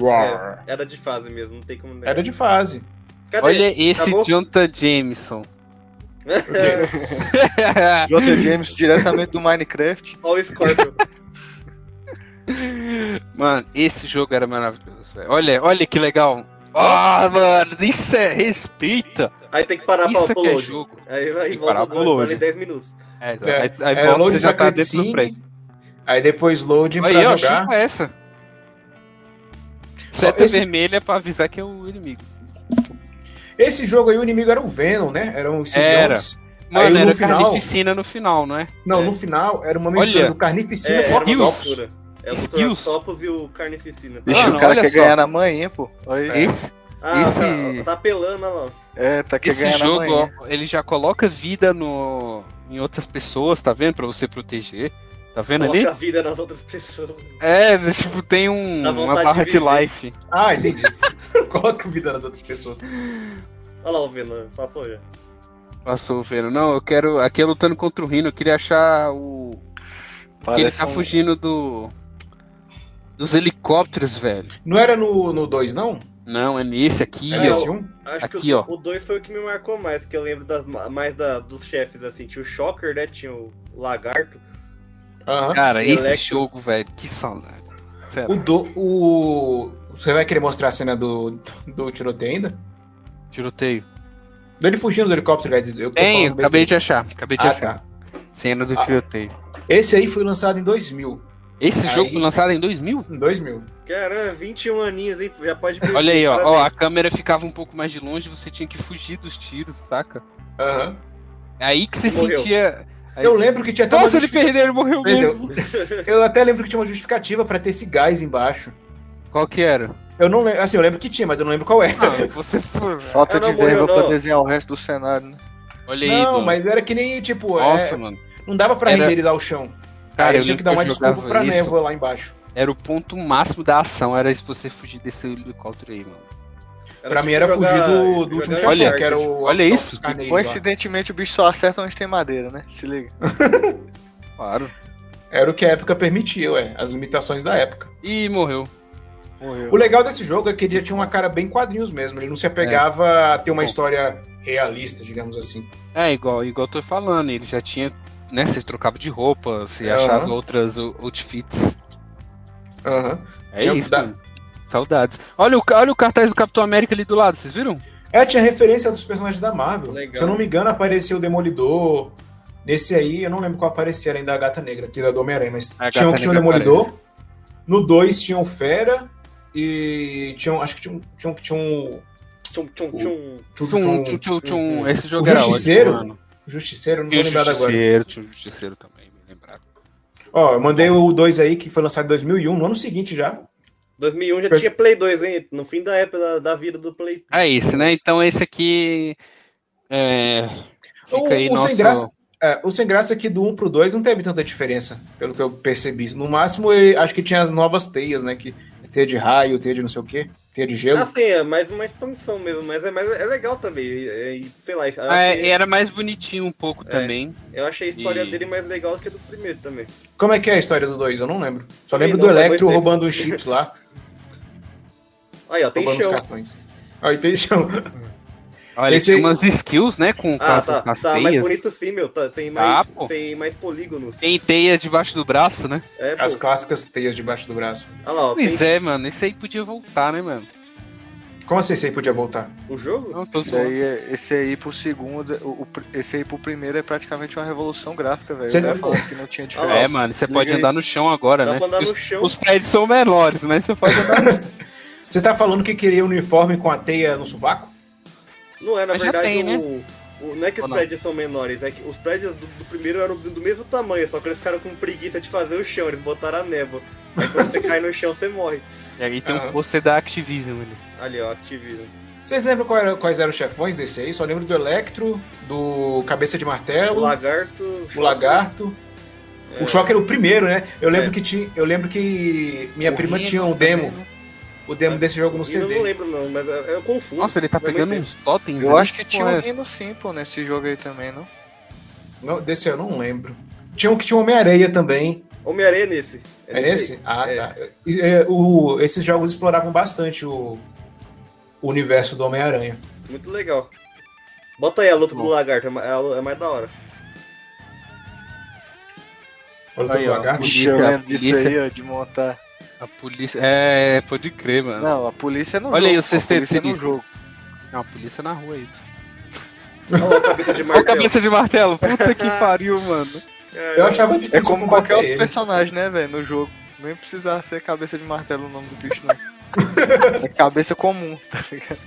Speaker 3: Roar.
Speaker 5: Era de fase mesmo, não tem como negar.
Speaker 3: Era de fase.
Speaker 5: Cadê?
Speaker 4: Olha esse
Speaker 5: Acabou?
Speaker 4: Jonathan Jameson.
Speaker 7: J. James diretamente do Minecraft.
Speaker 5: Olha o Scorpion.
Speaker 4: Mano, esse jogo era maravilhoso. velho. Olha, olha que legal. Ah, mano, isso é respeita.
Speaker 5: Aí tem que parar
Speaker 4: Isso
Speaker 5: pra
Speaker 4: que é jogo.
Speaker 5: Aí vai
Speaker 4: Tem que parar
Speaker 5: volta
Speaker 4: pro
Speaker 5: do
Speaker 4: load.
Speaker 5: vale 10 minutos.
Speaker 4: É, aí
Speaker 3: É,
Speaker 4: aí
Speaker 3: Era
Speaker 4: volta,
Speaker 3: load
Speaker 4: você
Speaker 3: pra
Speaker 4: já tá dentro do
Speaker 3: cutscene,
Speaker 4: prédio.
Speaker 3: Aí depois loading pra
Speaker 4: Aí, ó,
Speaker 3: jogar.
Speaker 4: chupa essa. Seta
Speaker 3: Ó, esse-
Speaker 4: vermelha pra avisar que é o inimigo.
Speaker 3: Esse jogo aí o inimigo era o Venom, né? Eram os
Speaker 4: Era.
Speaker 3: simbiontes. Aí
Speaker 4: Mano,
Speaker 3: no
Speaker 4: era
Speaker 3: final-
Speaker 4: carnificina no final, não é?
Speaker 3: Não, no final era uma mistura
Speaker 4: Olha. É,
Speaker 3: do Carnificina
Speaker 5: era
Speaker 3: com
Speaker 5: É, uma
Speaker 4: Skills.
Speaker 3: Octopus.
Speaker 5: mistura. É o Dr.
Speaker 4: Skills.
Speaker 5: Octopus e o Carnificina.
Speaker 7: Ixi,
Speaker 4: Mano,
Speaker 7: o cara
Speaker 4: olha
Speaker 7: quer
Speaker 4: só.
Speaker 7: ganhar na manhã, hein, pô. Olha
Speaker 3: É.
Speaker 7: aí.
Speaker 4: Esse,
Speaker 5: Ah,
Speaker 4: Esse-
Speaker 5: tá, tá apelando, olha lá.
Speaker 7: É, tá quer
Speaker 4: esse
Speaker 7: ganhar na
Speaker 4: jogo,
Speaker 7: manhã.
Speaker 4: ó, ele já coloca vida no... em outras pessoas, tá vendo? Pra você proteger. Tá vendo ali?
Speaker 5: Coloca a vida nas outras pessoas.
Speaker 4: É, tipo, tem um,
Speaker 5: Dá
Speaker 4: uma
Speaker 5: vontade
Speaker 4: barra
Speaker 5: de
Speaker 4: de
Speaker 5: viver.
Speaker 4: life.
Speaker 3: Ah, entendi. Coloca vida nas outras pessoas.
Speaker 5: Olha lá o Venom, passou já.
Speaker 4: Passou o Venom. Tá Não, eu quero. Aqui é lutando contra o Rino. Eu queria achar o. que ele
Speaker 7: Parece
Speaker 4: tá
Speaker 7: um-
Speaker 4: fugindo do. Dos helicópteros, velho.
Speaker 3: Não era no 2, no dois, não?
Speaker 4: Não, é nesse aqui,
Speaker 3: Era
Speaker 5: É,
Speaker 4: ó.
Speaker 3: esse um?
Speaker 5: Acho
Speaker 4: Aqui,
Speaker 5: que o-
Speaker 4: ó.
Speaker 5: o 2 foi o que me marcou mais, porque eu lembro das, mais da, dos chefes, assim. Tinha o Shocker, né? Tinha o Lagarto.
Speaker 3: Aham.
Speaker 4: Cara, esse
Speaker 5: Electro.
Speaker 4: jogo, velho, que saudade. Sério.
Speaker 3: O do, o... Você vai querer mostrar a cena do, do tiroteio ainda?
Speaker 4: Tiroteio.
Speaker 3: Dele fugindo do helicóptero, quer dizer. Eu tô
Speaker 4: Tem,
Speaker 3: falando
Speaker 4: acabei de
Speaker 3: besteira.
Speaker 4: achar. Acabei de
Speaker 3: Ah,
Speaker 4: achar.
Speaker 3: tá.
Speaker 4: Cena do
Speaker 3: Ah.
Speaker 4: tiroteio.
Speaker 3: Esse aí foi lançado em 2000.
Speaker 4: Esse
Speaker 3: Aí.
Speaker 4: jogo foi lançado em 2000?
Speaker 3: Em 2000.
Speaker 5: Caramba, 21 aninhos, hein? Já pode...
Speaker 4: Olha aí, ó.
Speaker 5: Parabéns.
Speaker 4: ó. A câmera ficava um pouco mais de longe, você tinha que fugir dos tiros, saca?
Speaker 3: Aham.
Speaker 4: É aí que você
Speaker 5: Morreu.
Speaker 4: sentia. Aí-
Speaker 3: Eu lembro que tinha até
Speaker 4: Nossa, ele
Speaker 3: justifica-
Speaker 4: perdeu, ele morreu mesmo.
Speaker 3: Perdeu. Eu até lembro que tinha uma justificativa pra ter esse gás embaixo.
Speaker 4: Qual que era?
Speaker 3: Eu não lembro, assim, eu lembro que tinha, mas eu não lembro qual era.
Speaker 4: Ah, você foi.
Speaker 7: Falta
Speaker 5: Ah, não,
Speaker 7: de verba
Speaker 5: morreu,
Speaker 7: pra
Speaker 5: não.
Speaker 7: desenhar o resto do cenário, né?
Speaker 4: Olha aí,
Speaker 3: Não,
Speaker 4: mano.
Speaker 3: mas era que nem, tipo, é,
Speaker 4: Nossa, mano.
Speaker 3: não dava pra
Speaker 4: Era-
Speaker 3: renderizar o chão.
Speaker 4: Cara,
Speaker 3: Aí
Speaker 4: eu
Speaker 3: tinha
Speaker 4: lembro
Speaker 3: que dar uma
Speaker 4: eu jogava
Speaker 3: desculpa pra
Speaker 4: isso.
Speaker 3: névoa lá embaixo.
Speaker 4: Era o ponto máximo da ação, era se você fugir desse helicóptero aí, mano.
Speaker 5: tipo
Speaker 3: pra
Speaker 4: tipo
Speaker 3: mim era fugir do, do último chefão,
Speaker 4: Olha,
Speaker 3: que era o.
Speaker 4: olha
Speaker 3: o
Speaker 4: isso,
Speaker 3: Carneiro lá.
Speaker 7: Coincidentemente, o bicho só acerta onde tem madeira, né? Se liga.
Speaker 4: Claro.
Speaker 3: Era o que a época permitia, ué. As limitações da época.
Speaker 4: Ih, morreu.
Speaker 7: Morreu.
Speaker 3: O legal desse jogo é que ele tinha uma cara bem quadrinhos mesmo. Ele não se apegava a ter uma
Speaker 4: É. Bom.
Speaker 3: história realista, digamos assim.
Speaker 4: É, igual, igual eu tô falando, ele já tinha. Né, você trocava de roupa, você
Speaker 3: Aham.
Speaker 4: achava outras o- outfits.
Speaker 3: Aham.
Speaker 4: É
Speaker 3: Eu-
Speaker 4: isso,
Speaker 3: da-
Speaker 4: mano. Saudades. Olha o, ca- olha o cartaz do Capitão América ali do lado, vocês viram?
Speaker 3: É, tinha referência dos personagens da Marvel.
Speaker 5: Legal.
Speaker 3: Se eu não me engano, apareceu o Demolidor. Nesse aí, eu não lembro qual aparecia, era ainda a Gata Negra, que era do Homem-Aranha, mas
Speaker 4: A
Speaker 3: tinha um
Speaker 4: Gata
Speaker 3: que tinha o
Speaker 4: Negra
Speaker 3: Demolidor. No 2 tinha o Fera e tinha um- acho que tinha um, tinha um, tinha um,
Speaker 5: Tchum, tchum, tchum.
Speaker 3: tinha um-
Speaker 4: Tchum, tchum, tchum, tchum. Esse jogo
Speaker 3: O
Speaker 4: era
Speaker 3: Justiceiro?
Speaker 4: ótimo, mano.
Speaker 3: Justiceiro, não tô
Speaker 4: E o
Speaker 3: lembrado agora.
Speaker 4: um Justiceiro, tinha o Justiceiro também, me lembrado.
Speaker 3: Ó, eu mandei o 2 aí, que foi lançado em 2001, no ano seguinte já.
Speaker 5: 2001 já
Speaker 3: Perce-
Speaker 5: tinha Play 2, hein? No fim da época da, da vida do Play.
Speaker 4: É isso, né? Então esse aqui. É. Fica
Speaker 3: O-
Speaker 4: aí
Speaker 3: o
Speaker 4: nosso.
Speaker 3: sem graça- É, o sem graça é que do 1 pro 2 não teve tanta diferença, pelo que eu percebi. No máximo, eu acho que tinha as novas teias, né? Que teia de raio, teia de não sei o quê, teia de gelo.
Speaker 5: Assim, é mais uma expansão mesmo, mas é, mas é legal também. E, e, sei lá, eu
Speaker 4: Ah, é,
Speaker 5: achei,
Speaker 4: era mais bonitinho um pouco
Speaker 5: É.
Speaker 4: também.
Speaker 5: eu achei a história
Speaker 4: e-
Speaker 5: dele mais legal que a do primeiro também.
Speaker 3: Como é que é a história do 2? Eu não lembro. Só
Speaker 5: Também
Speaker 3: lembro
Speaker 5: não,
Speaker 3: do
Speaker 5: mas
Speaker 3: Electro
Speaker 5: dois teve.
Speaker 3: roubando os chips lá,
Speaker 5: Aí, ó, tem
Speaker 3: roubando
Speaker 5: chão.
Speaker 3: os cartões. Aí tem chão.
Speaker 4: Olha, ele
Speaker 3: Esse-
Speaker 4: tinha umas skills, né? Com, com
Speaker 5: Ah,
Speaker 4: as,
Speaker 5: tá,
Speaker 4: com as
Speaker 5: tá mais
Speaker 4: teias.
Speaker 5: bonito sim, meu. Tá, tem, mais,
Speaker 4: Ah, pô.
Speaker 5: tem mais polígonos.
Speaker 4: Tem teias debaixo do braço, né?
Speaker 5: É, pô.
Speaker 3: As clássicas teias debaixo do braço.
Speaker 5: Olha lá, ó, tem
Speaker 4: Pois é, mano. Isso aí podia voltar, né, mano?
Speaker 3: Como a Cersei podia voltar?
Speaker 5: o um jogo?
Speaker 4: Não, tô
Speaker 7: Esse aí, é- esse aí pro segundo, o, o pr- esse aí pro primeiro é praticamente uma revolução gráfica, velho.
Speaker 3: Você-
Speaker 7: Você vai falar que não tinha
Speaker 5: Ah,
Speaker 4: É,
Speaker 7: diferença.
Speaker 4: mano, você
Speaker 7: Liga
Speaker 4: pode
Speaker 7: aí.
Speaker 4: andar no chão agora,
Speaker 5: Dá
Speaker 4: né?
Speaker 5: pra andar
Speaker 4: Os,
Speaker 5: no chão.
Speaker 4: os prédios são menores, mas você pode andar no chão.
Speaker 3: Você tá falando que queria uniforme com a teia no sovaco?
Speaker 5: Não é, na
Speaker 4: Mas já
Speaker 5: verdade,
Speaker 4: tem, né?
Speaker 5: o, o- não é que os
Speaker 4: Ou não?
Speaker 5: prédios são menores, é que os prédios do, do primeiro eram do mesmo tamanho, só que eles ficaram com preguiça de fazer o chão, eles botaram a névoa. Aí quando você cai no chão, você morre.
Speaker 4: E aí tem
Speaker 5: É.
Speaker 3: Aham.
Speaker 4: um pôster da Activision ali.
Speaker 5: Ali, ó, Activision.
Speaker 3: Vocês lembram qual era- quais eram os chefões desse aí? Só lembro do Electro, do Cabeça de
Speaker 5: O
Speaker 3: Martelo,
Speaker 5: um lagarto.
Speaker 3: o É um Lagarto.
Speaker 5: é,
Speaker 3: O Shocker era o primeiro, né? Eu lembro
Speaker 5: É.
Speaker 3: que tinha, eu lembro que minha
Speaker 4: O
Speaker 3: prima
Speaker 4: Reno
Speaker 3: tinha um
Speaker 4: também,
Speaker 3: demo,
Speaker 4: né?
Speaker 3: o demo desse jogo no
Speaker 5: e Eu não
Speaker 3: CD.
Speaker 5: lembro, não, mas é, eu, eu confundo.
Speaker 4: Nossa, ele tá
Speaker 5: Hum, Vai
Speaker 4: pegando
Speaker 5: meter. um
Speaker 4: uns totens
Speaker 7: Eu
Speaker 4: ali,
Speaker 7: acho que
Speaker 4: porra,
Speaker 7: tinha um
Speaker 4: é
Speaker 7: Nino sim, pô, nesse jogo aí também, não?
Speaker 3: Não, desse eu não lembro. Tinha um que tinha Homem-Areia também.
Speaker 4: um-
Speaker 5: Homem-Aranha é nesse.
Speaker 3: É nesse? Ah,
Speaker 5: É.
Speaker 3: tá. E, é, o- esses jogos exploravam bastante o, o universo do Homem-Aranha.
Speaker 5: aí. Muito legal. Bota aí a
Speaker 4: Tá
Speaker 5: luta do lagarto, é ma- é a lu- é mais da hora.
Speaker 3: Olha o
Speaker 4: Aí, ó.
Speaker 3: lagarto.
Speaker 4: Polícia,
Speaker 7: eu lembro disso
Speaker 4: polícia.
Speaker 7: aí, ó, de montar.
Speaker 4: A polícia. É, pode crer, mano. Não,
Speaker 7: Não, a polícia é não.
Speaker 4: Olha aí, vocês
Speaker 7: a polícia
Speaker 4: terem
Speaker 7: no jogo.
Speaker 4: a polícia na rua aí.
Speaker 5: Olha lá, a cabeça de
Speaker 4: Olha a
Speaker 5: martelo.
Speaker 4: cabeça de martelo. Puta que pariu, mano.
Speaker 3: Eu achava difícil
Speaker 7: É como
Speaker 3: combater
Speaker 7: qualquer outro
Speaker 3: ele.
Speaker 7: personagem, né, velho, no jogo. Nem precisava ser cabeça de martelo o nome do bicho, não. É cabeça comum, tá ligado?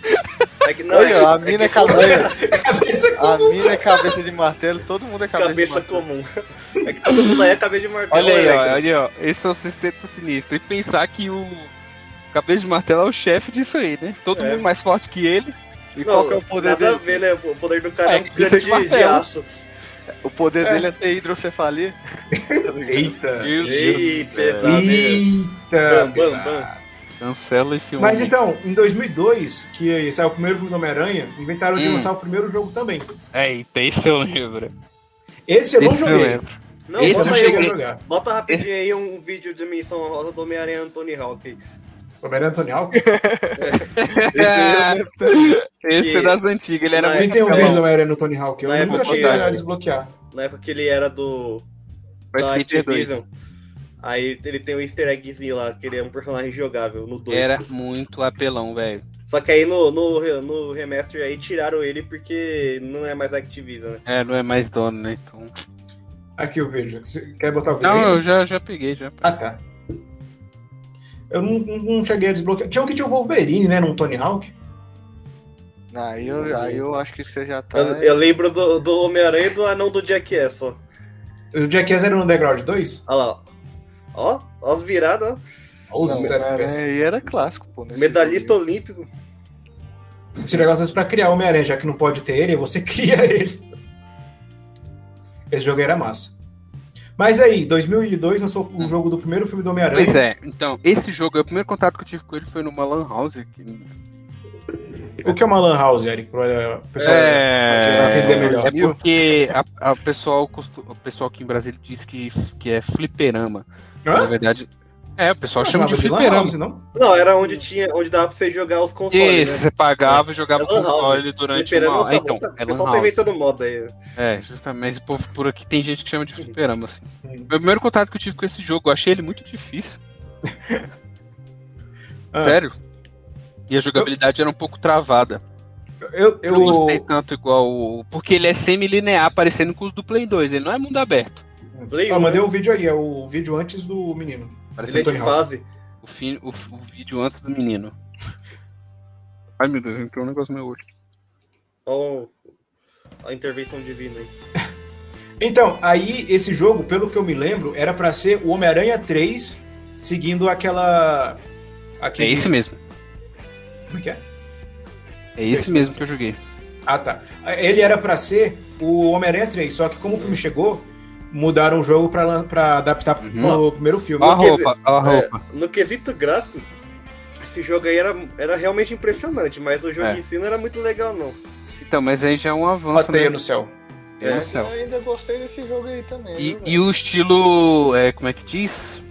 Speaker 5: É que- não, é
Speaker 7: Olha, a mina é cabeça,
Speaker 3: Cabeça
Speaker 7: a
Speaker 3: comum.
Speaker 7: mina é cabeça de martelo, todo mundo é cabeça, de
Speaker 5: cabeça comum.
Speaker 7: martelo.
Speaker 5: É que todo mundo aí é cabeça de martelo.
Speaker 4: um Olha aí,
Speaker 5: né,
Speaker 4: ó,
Speaker 5: cara?
Speaker 4: olha aí, ó. Esse é o sexteto sinistro. E pensar que o Cabeça de Martelo é o chefe disso aí, né? Todo
Speaker 5: É.
Speaker 4: mundo mais forte que ele.
Speaker 7: E
Speaker 5: Não,
Speaker 7: qual que é o poder
Speaker 5: nada
Speaker 7: dele?
Speaker 5: a ver, né? O poder do cara é,
Speaker 4: É,
Speaker 5: um
Speaker 4: isso
Speaker 5: grande
Speaker 4: é de
Speaker 5: de, de
Speaker 4: martelo.
Speaker 5: aço.
Speaker 7: O poder
Speaker 3: É.
Speaker 7: dele é ter hidrocefalia.
Speaker 3: Eita.
Speaker 4: Meu
Speaker 5: Ih, pesado. né?
Speaker 3: Eita.
Speaker 5: Bam, bam,
Speaker 3: pesado.
Speaker 5: bam.
Speaker 4: Cancela esse homem.
Speaker 3: Mas então, em 2002, que saiu o primeiro filme do Homem-Aranha, inventaram de
Speaker 4: Hum.
Speaker 3: lançar o primeiro jogo também.
Speaker 4: Eita, esse eu lembro.
Speaker 3: Esse eu não
Speaker 4: Esse eu
Speaker 3: joguei.
Speaker 4: lembro.
Speaker 5: Não,
Speaker 4: Esse
Speaker 5: bota
Speaker 4: eu
Speaker 5: aí,
Speaker 4: cheguei.
Speaker 5: bota- Bota rapidinho aí um vídeo de Missão Rosa do Homem-Aranha e Anthony Hawk.
Speaker 3: Homem-Aranha Tony Hawk?
Speaker 4: Esse é
Speaker 5: Que-
Speaker 4: das antigas, ele era
Speaker 5: Na
Speaker 3: Também
Speaker 4: muito
Speaker 3: tem um
Speaker 4: apelão.
Speaker 3: vídeo do Homem-Aranha no Tony Hawk. Eu
Speaker 5: Na
Speaker 3: nunca
Speaker 5: época
Speaker 3: cheguei a
Speaker 5: que-
Speaker 3: desbloquear.
Speaker 5: Na época que ele era do
Speaker 4: Pra
Speaker 5: da
Speaker 4: Skater 2.
Speaker 5: Activision. Aí ele tem um easter eggzinho lá, que ele é um personagem jogável no 2.
Speaker 4: Era muito apelão, velho.
Speaker 5: Só que aí no, no, re- no remaster aí tiraram ele porque não é mais Activision, né?
Speaker 4: É, não é mais dono, né? Então...
Speaker 3: Aqui o vídeo. Você Quer botar o vídeo?
Speaker 4: Não,
Speaker 3: aí?
Speaker 4: eu já, já peguei, já.
Speaker 3: Ah, tá. Eu não, não- não cheguei a desbloquear. Tinha um que tinha o Wolverine, né? Num Tony Hawk.
Speaker 7: Aí eu, aí eu acho que você já tá.
Speaker 5: Eu, eu lembro do, do Homem-Aranha e do anão do Jackass, só.
Speaker 3: O Jackass era no Underground 2?
Speaker 5: Olha lá, ó. Ó, ó as viradas, ó.
Speaker 3: Ou os
Speaker 7: Não, é-
Speaker 3: FPS?
Speaker 7: Homem-Aranha aí era clássico, pô. nesse
Speaker 5: medalhista
Speaker 7: jogo
Speaker 5: olímpico.
Speaker 3: Esse negócio é pra criar o Homem-Aranha, já que não pode ter ele, você cria ele.
Speaker 7: aí.
Speaker 3: Esse jogo era massa. Mas aí, 2002 lançou o jogo do primeiro filme do Homem-Aranha.
Speaker 4: Pois é, então, esse jogo, o primeiro contato que eu tive com ele foi numa Lan House. que-
Speaker 3: O que é uma Lan House, Eric? Pra, pra pessoal pra
Speaker 4: É,
Speaker 3: entender melhor.
Speaker 4: é porque a, a pessoal, costu- o pessoal aqui em Brasília diz que, que é fliperama. Na
Speaker 3: Hã?
Speaker 4: verdade, é, o pessoal
Speaker 3: Não
Speaker 4: chama de
Speaker 3: chamava Lan
Speaker 4: fliperama.
Speaker 3: House, não?
Speaker 5: Não, era onde tinha, onde dava pra você jogar os consoles.
Speaker 4: Isso,
Speaker 5: né?
Speaker 4: você pagava e jogava
Speaker 5: É
Speaker 4: o
Speaker 5: lan house.
Speaker 4: console durante
Speaker 5: Fliperama
Speaker 4: uma hora.
Speaker 5: tá
Speaker 4: Então,
Speaker 5: bom, tá-
Speaker 4: é
Speaker 5: o
Speaker 4: lan
Speaker 5: pessoal tá
Speaker 4: house.
Speaker 5: inventando moda aí.
Speaker 4: É, justamente. Mas o povo por aqui tem gente que chama de fliperama, assim. Meu primeiro contato que eu tive com esse jogo, eu achei ele muito difícil.
Speaker 3: Ah.
Speaker 4: Sério. E a jogabilidade era um pouco travada.
Speaker 3: Eu,
Speaker 4: Eu não gostei
Speaker 3: eu,
Speaker 4: tanto igual. o- Porque ele é semi-linear, parecendo com os do Play 2. Ele não é mundo aberto.
Speaker 5: Play
Speaker 3: Ah,
Speaker 5: um,
Speaker 3: mandei o vídeo aí, é o vídeo antes do menino.
Speaker 5: ele é
Speaker 3: Parecendo
Speaker 5: de
Speaker 3: Tony Hawk.
Speaker 5: fase.
Speaker 4: O, fi- o f- o vídeo antes do menino. Ai meu Deus, entrou um negócio no meu olho.
Speaker 5: Ó, a intervenção divina aí.
Speaker 3: Então, aí esse jogo, pelo que eu me lembro, era pra ser o Homem-Aranha 3, seguindo aquela.
Speaker 4: É
Speaker 3: Aquele...
Speaker 4: esse mesmo.
Speaker 3: Como é que é?
Speaker 4: É esse mesmo que eu joguei.
Speaker 3: Ah, tá. Ele era pra ser o Homem-Aranha 3, só que como o filme chegou, mudaram o jogo pra, lan- pra adaptar pro
Speaker 4: Uhum.
Speaker 3: primeiro filme.
Speaker 4: Olha a
Speaker 5: quer dizer,
Speaker 4: roupa, olha a
Speaker 5: é,
Speaker 4: roupa.
Speaker 5: No quesito gráfico, esse jogo aí era, era realmente impressionante, mas o jogo
Speaker 4: É.
Speaker 5: em si não era muito legal, não.
Speaker 4: Então, mas aí já é um avanço.
Speaker 3: Bateia
Speaker 4: né?
Speaker 3: no céu.
Speaker 4: Tem
Speaker 5: É.
Speaker 4: no céu.
Speaker 8: Eu ainda gostei desse jogo aí também.
Speaker 7: é
Speaker 4: E,
Speaker 8: viu,
Speaker 4: e o estilo, é, como é que diz?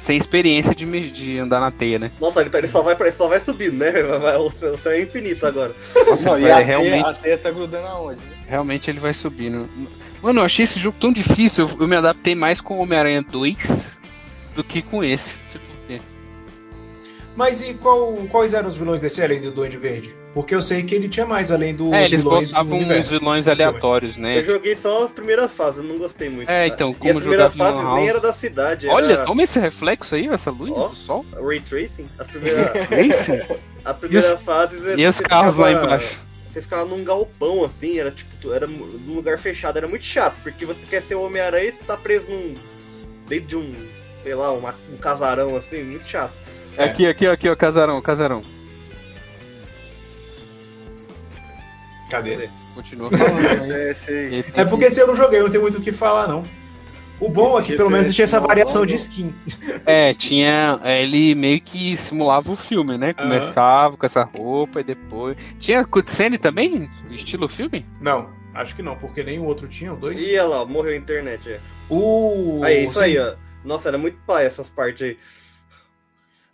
Speaker 4: Sem experiência de, me- de andar na teia, né?
Speaker 5: Nossa, ele, tá- ele só, vai, pra- ele só vai subindo, né? Vai- vai- o céu o céu é infinito agora.
Speaker 4: Nossa,
Speaker 8: Não, e
Speaker 4: cara, é
Speaker 8: a,
Speaker 4: realmente,
Speaker 8: teia, a teia tá grudando aonde? né?
Speaker 4: realmente ele vai subindo. Mano, eu achei esse jogo tão difícil, eu, eu me adaptei mais com Homem-Aranha 2 do que com esse. Tipo, não sei por quê.
Speaker 3: Mas e qual- quais eram os vilões desse além do Duende Verde? Porque eu sei que ele tinha mais além dos
Speaker 4: É, eles
Speaker 3: vilões
Speaker 4: botavam uns vilões aleatórios, né?
Speaker 5: Eu joguei só as primeiras fases, eu não gostei muito.
Speaker 4: É, então,
Speaker 5: e
Speaker 4: como
Speaker 5: as primeiras
Speaker 4: jogava no
Speaker 5: fases
Speaker 4: House.
Speaker 5: nem era da cidade, era
Speaker 4: Tipo, Olha, toma esse reflexo aí, essa luz
Speaker 5: Ó.
Speaker 4: do sol.
Speaker 5: Ray Tracing. As primeiras,
Speaker 4: Esse?
Speaker 5: as primeiras fases... é,
Speaker 4: E É. os
Speaker 5: você
Speaker 4: carros lá
Speaker 5: ficava-
Speaker 4: embaixo.
Speaker 5: Você ficava num galpão, assim, era tipo, tu- era mu- num lugar fechado, era muito chato, porque você quer ser o Homem-Aranha e você tá preso num. dentro de um, sei lá, uma- um casarão, assim, muito chato.
Speaker 4: Aqui, aqui, aqui, ó, casarão, casarão.
Speaker 3: Cadê?
Speaker 4: Continua
Speaker 7: É, esse aí.
Speaker 4: Ele tem
Speaker 3: É
Speaker 4: que-
Speaker 3: porque se eu não joguei, eu não tenho muito o que falar, não. O bom é que
Speaker 7: Esse
Speaker 3: pelo menos
Speaker 7: GP
Speaker 3: tinha essa
Speaker 7: não
Speaker 3: variação de
Speaker 7: rolou.
Speaker 3: skin.
Speaker 4: É, tinha. é, Ele meio que simulava o filme, né? Começava com essa roupa e depois. Tinha cutscene também? Estilo filme?
Speaker 3: Não, acho que não, porque nem o outro tinha, o dois.
Speaker 5: E olha lá, morreu a internet. É.
Speaker 3: O.
Speaker 5: Aí, isso
Speaker 3: sim.
Speaker 5: aí, ó. Nossa, era muito pai essas partes aí.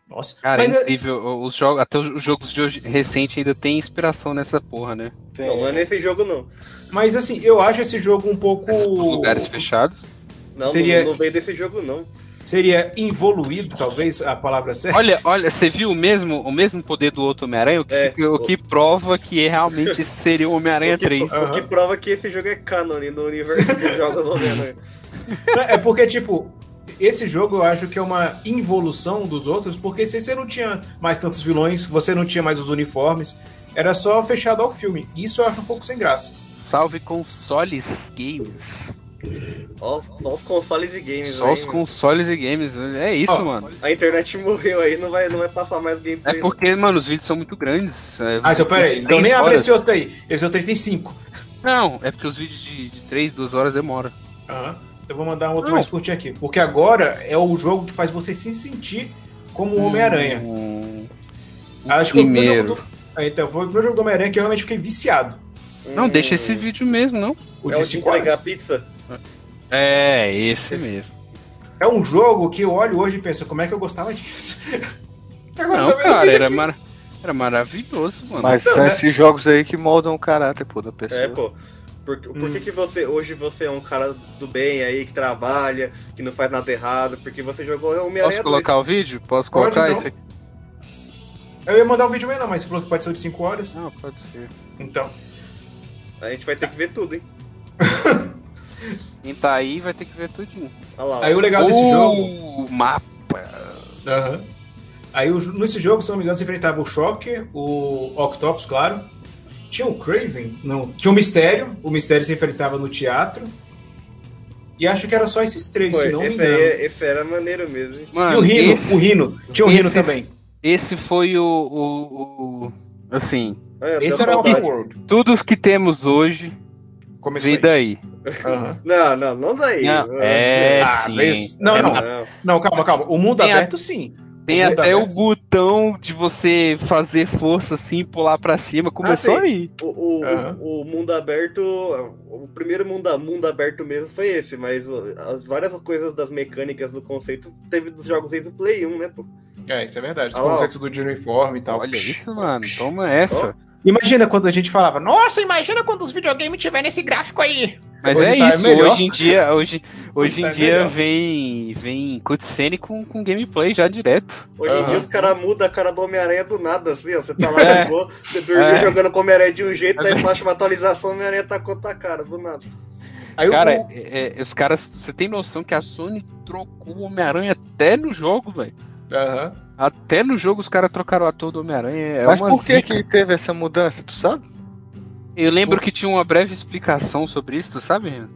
Speaker 3: Nossa,
Speaker 4: Cara,
Speaker 3: mas
Speaker 4: é
Speaker 3: é-
Speaker 4: incrível. Os jogos, até os jogos de hoje recente ainda tem inspiração nessa porra, né?
Speaker 8: Tem.
Speaker 5: Não, não é nesse jogo, não.
Speaker 3: Mas assim, eu acho esse jogo um pouco.
Speaker 4: Esses- Os lugares fechados.
Speaker 5: Não,
Speaker 3: Seria-
Speaker 5: não, não veio desse jogo, não.
Speaker 3: Seria involuído, talvez, a palavra certa.
Speaker 4: Olha, olha, você viu o mesmo, o mesmo poder do outro Homem-Aranha? O, que
Speaker 5: É.
Speaker 4: fica- o que prova que é realmente esse seria o Homem-Aranha
Speaker 5: o, que,
Speaker 4: 3.
Speaker 5: o que
Speaker 3: Aham.
Speaker 5: prova que esse jogo é canon no universo dos jogos Homem-Aranha.
Speaker 3: É porque, tipo, esse jogo eu acho que é uma involução dos outros, porque se você não tinha mais tantos vilões, você não tinha mais os uniformes, era só fechado ao filme. Isso eu acho um pouco sem graça.
Speaker 4: Salve consoles games.
Speaker 5: Ó, só os consoles e games,
Speaker 4: Só
Speaker 5: aí,
Speaker 4: os
Speaker 5: mano.
Speaker 4: consoles e games. É isso,
Speaker 3: Ó,
Speaker 4: mano.
Speaker 5: A internet morreu aí, não vai, não vai passar mais
Speaker 4: É
Speaker 5: gameplay. né? não.
Speaker 4: porque, mano, os vídeos são muito grandes. É,
Speaker 3: Ah, então
Speaker 4: vídeos
Speaker 3: peraí.
Speaker 4: de
Speaker 3: Então
Speaker 4: três
Speaker 3: nem abre
Speaker 4: horas.
Speaker 3: esse outro aí. Esse outro aí tem cinco.
Speaker 4: Não, é porque os vídeos de, de 3, 2 horas demora.
Speaker 3: Aham. Eu vou mandar um outro
Speaker 4: Não.
Speaker 3: mais curtinho aqui. Porque agora é o jogo que faz você se sentir como o Homem-Aranha.
Speaker 4: Hum,
Speaker 3: Acho que foi o
Speaker 4: primeiro.
Speaker 3: primeiro jogo do... Ah, Então, foi o primeiro jogo do Homem-Aranha que eu realmente fiquei viciado.
Speaker 4: Não, deixa
Speaker 5: Hum.
Speaker 4: esse vídeo mesmo, não.
Speaker 3: O
Speaker 5: é o
Speaker 3: de
Speaker 5: de
Speaker 3: cinco horas.
Speaker 5: entregar pizza.
Speaker 4: É, esse mesmo.
Speaker 3: É um jogo que eu olho hoje e penso, como é que eu gostava disso? Agora
Speaker 4: Não,
Speaker 3: também eu
Speaker 4: cara,
Speaker 3: vejo
Speaker 4: era,
Speaker 3: aqui.
Speaker 4: mara- era maravilhoso, mano.
Speaker 7: Mas são
Speaker 3: né?
Speaker 7: esses jogos aí que moldam o caráter, pô, da pessoa.
Speaker 5: É, pô. Por, por
Speaker 3: Hum.
Speaker 5: que, que você hoje você é um cara do bem aí, que trabalha, que não faz nada errado, porque você jogou Homem-Aranha
Speaker 4: Posso
Speaker 5: 2.
Speaker 4: colocar o vídeo? Posso
Speaker 3: Pode,
Speaker 4: colocar
Speaker 3: não.
Speaker 4: esse aqui?
Speaker 3: Eu ia mandar um vídeo mesmo, mas você falou que pode ser o de 5 horas.
Speaker 4: Não, pode ser.
Speaker 3: Então.
Speaker 5: A gente vai ter que ver tudo, hein?
Speaker 4: Quem tá aí vai ter que ver tudinho.
Speaker 5: Olha lá.
Speaker 3: Aí o legal desse jogo.
Speaker 4: O mapa.
Speaker 3: Aham. Aí o- nesse jogo, se não me engano, você enfrentava o Shocker, o Octopus, claro. Tinha o Craven? Não. Tinha o Mistério. O Mistério se enfrentava no teatro. E acho que era só esses três,
Speaker 5: Pô,
Speaker 3: se não me
Speaker 5: esse,
Speaker 3: engano.
Speaker 5: aí, é- esse era maneiro mesmo, hein?
Speaker 3: E
Speaker 4: Mano,
Speaker 3: o Rino,
Speaker 4: esse,
Speaker 3: o Rino. Tinha o Rino
Speaker 4: esse-
Speaker 3: também.
Speaker 4: esse foi o, o- assim, o- Assim,
Speaker 5: Olha,
Speaker 3: Esse
Speaker 5: deu
Speaker 3: era o
Speaker 4: é
Speaker 5: saudade.
Speaker 3: Open World.
Speaker 4: tudo os que temos hoje
Speaker 3: Começou
Speaker 4: Vem
Speaker 3: aí.
Speaker 4: daí.
Speaker 3: Aham.
Speaker 5: Não, não, não daí.
Speaker 3: ah,
Speaker 5: né?
Speaker 4: Não, é, sim.
Speaker 3: Não,
Speaker 4: É
Speaker 3: não,
Speaker 4: muito-
Speaker 5: não.
Speaker 3: não, calma, calma. O mundo
Speaker 4: Tem a-
Speaker 3: aberto, sim.
Speaker 4: Tem
Speaker 3: O mundo
Speaker 4: até o
Speaker 3: aberto.
Speaker 4: botão de você fazer força assim, pular pra cima. Começou
Speaker 3: Ah,
Speaker 5: sim.
Speaker 4: aí.
Speaker 5: O, o-
Speaker 3: Aham.
Speaker 5: o- o mundo aberto. O primeiro mundo, mundo aberto mesmo foi esse, mas ó, as várias coisas das mecânicas do conceito teve dos jogos desde o Play 1, né, pô?
Speaker 3: É, isso é verdade. Os
Speaker 5: Ah, lá, ó.
Speaker 3: conceitos do de uniforme e tal.
Speaker 4: Olha isso, mano. Então- Toma essa.
Speaker 3: Imagina quando a gente falava, nossa,
Speaker 6: Imagina quando os videogames tiver nesse gráfico aí.
Speaker 4: Mas
Speaker 3: Hoje
Speaker 4: é
Speaker 3: tá
Speaker 4: isso.
Speaker 3: melhor.
Speaker 4: hoje em dia, hoje, hoje
Speaker 3: Hoje tá
Speaker 4: em dia
Speaker 3: melhor.
Speaker 4: vem, vem cutscene com, com gameplay já direto.
Speaker 5: Hoje em
Speaker 3: Aham.
Speaker 5: dia os caras mudam a cara do Homem-Aranha do nada, assim, ó. Você tá lá,
Speaker 4: É.
Speaker 5: jogou, você dormiu
Speaker 4: É.
Speaker 5: jogando com o Homem-Aranha de um jeito,
Speaker 4: É
Speaker 5: aí baixa uma atualização, o Homem-Aranha tá com outra cara, do nada.
Speaker 3: Aí o-
Speaker 4: Cara, é- é- os caras. Você tem noção que a Sony trocou o Homem-Aranha até no jogo, velho.
Speaker 3: Aham.
Speaker 4: Até no jogo os caras trocaram o ator do Homem-Aranha. É
Speaker 7: Mas
Speaker 4: uma
Speaker 7: por que,
Speaker 4: zica.
Speaker 7: que teve essa mudança, tu sabe?
Speaker 4: Eu lembro que tinha uma breve explicação sobre isso, tu sabe? Renan?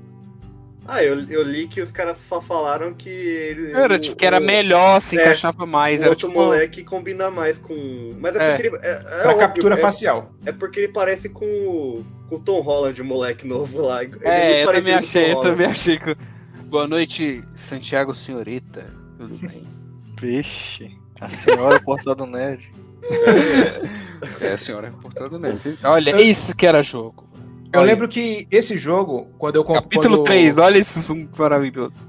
Speaker 5: Ah, eu, eu li que os caras só falaram que. ele-
Speaker 4: Era
Speaker 5: o-
Speaker 4: tipo que era
Speaker 5: o-
Speaker 4: melhor, se
Speaker 5: é,
Speaker 4: encaixava mais.
Speaker 5: O
Speaker 4: Era
Speaker 5: outro
Speaker 4: tipo.
Speaker 5: moleque combina mais com. Mas é
Speaker 4: É.
Speaker 5: porque ele. É, é
Speaker 3: pra
Speaker 5: óbvio,
Speaker 3: captura
Speaker 5: é-
Speaker 3: facial.
Speaker 5: É porque ele parece com o, com o Tom Holland, o moleque novo lá. Ele
Speaker 4: É, eu
Speaker 5: parecido
Speaker 4: também
Speaker 5: com o
Speaker 4: achei, eu
Speaker 5: Holland.
Speaker 4: também achei que. Boa noite, Santiago Senhorita. Tudo bem?
Speaker 7: Vixe, a senhora portal do nerd.
Speaker 4: É, a senhora é portada mesmo. Olha, isso que era jogo.
Speaker 3: Eu
Speaker 4: Olha.
Speaker 3: lembro que esse jogo, quando eu comprei.
Speaker 4: Capítulo
Speaker 3: quando...
Speaker 4: 3, olha esse zoom maravilhoso.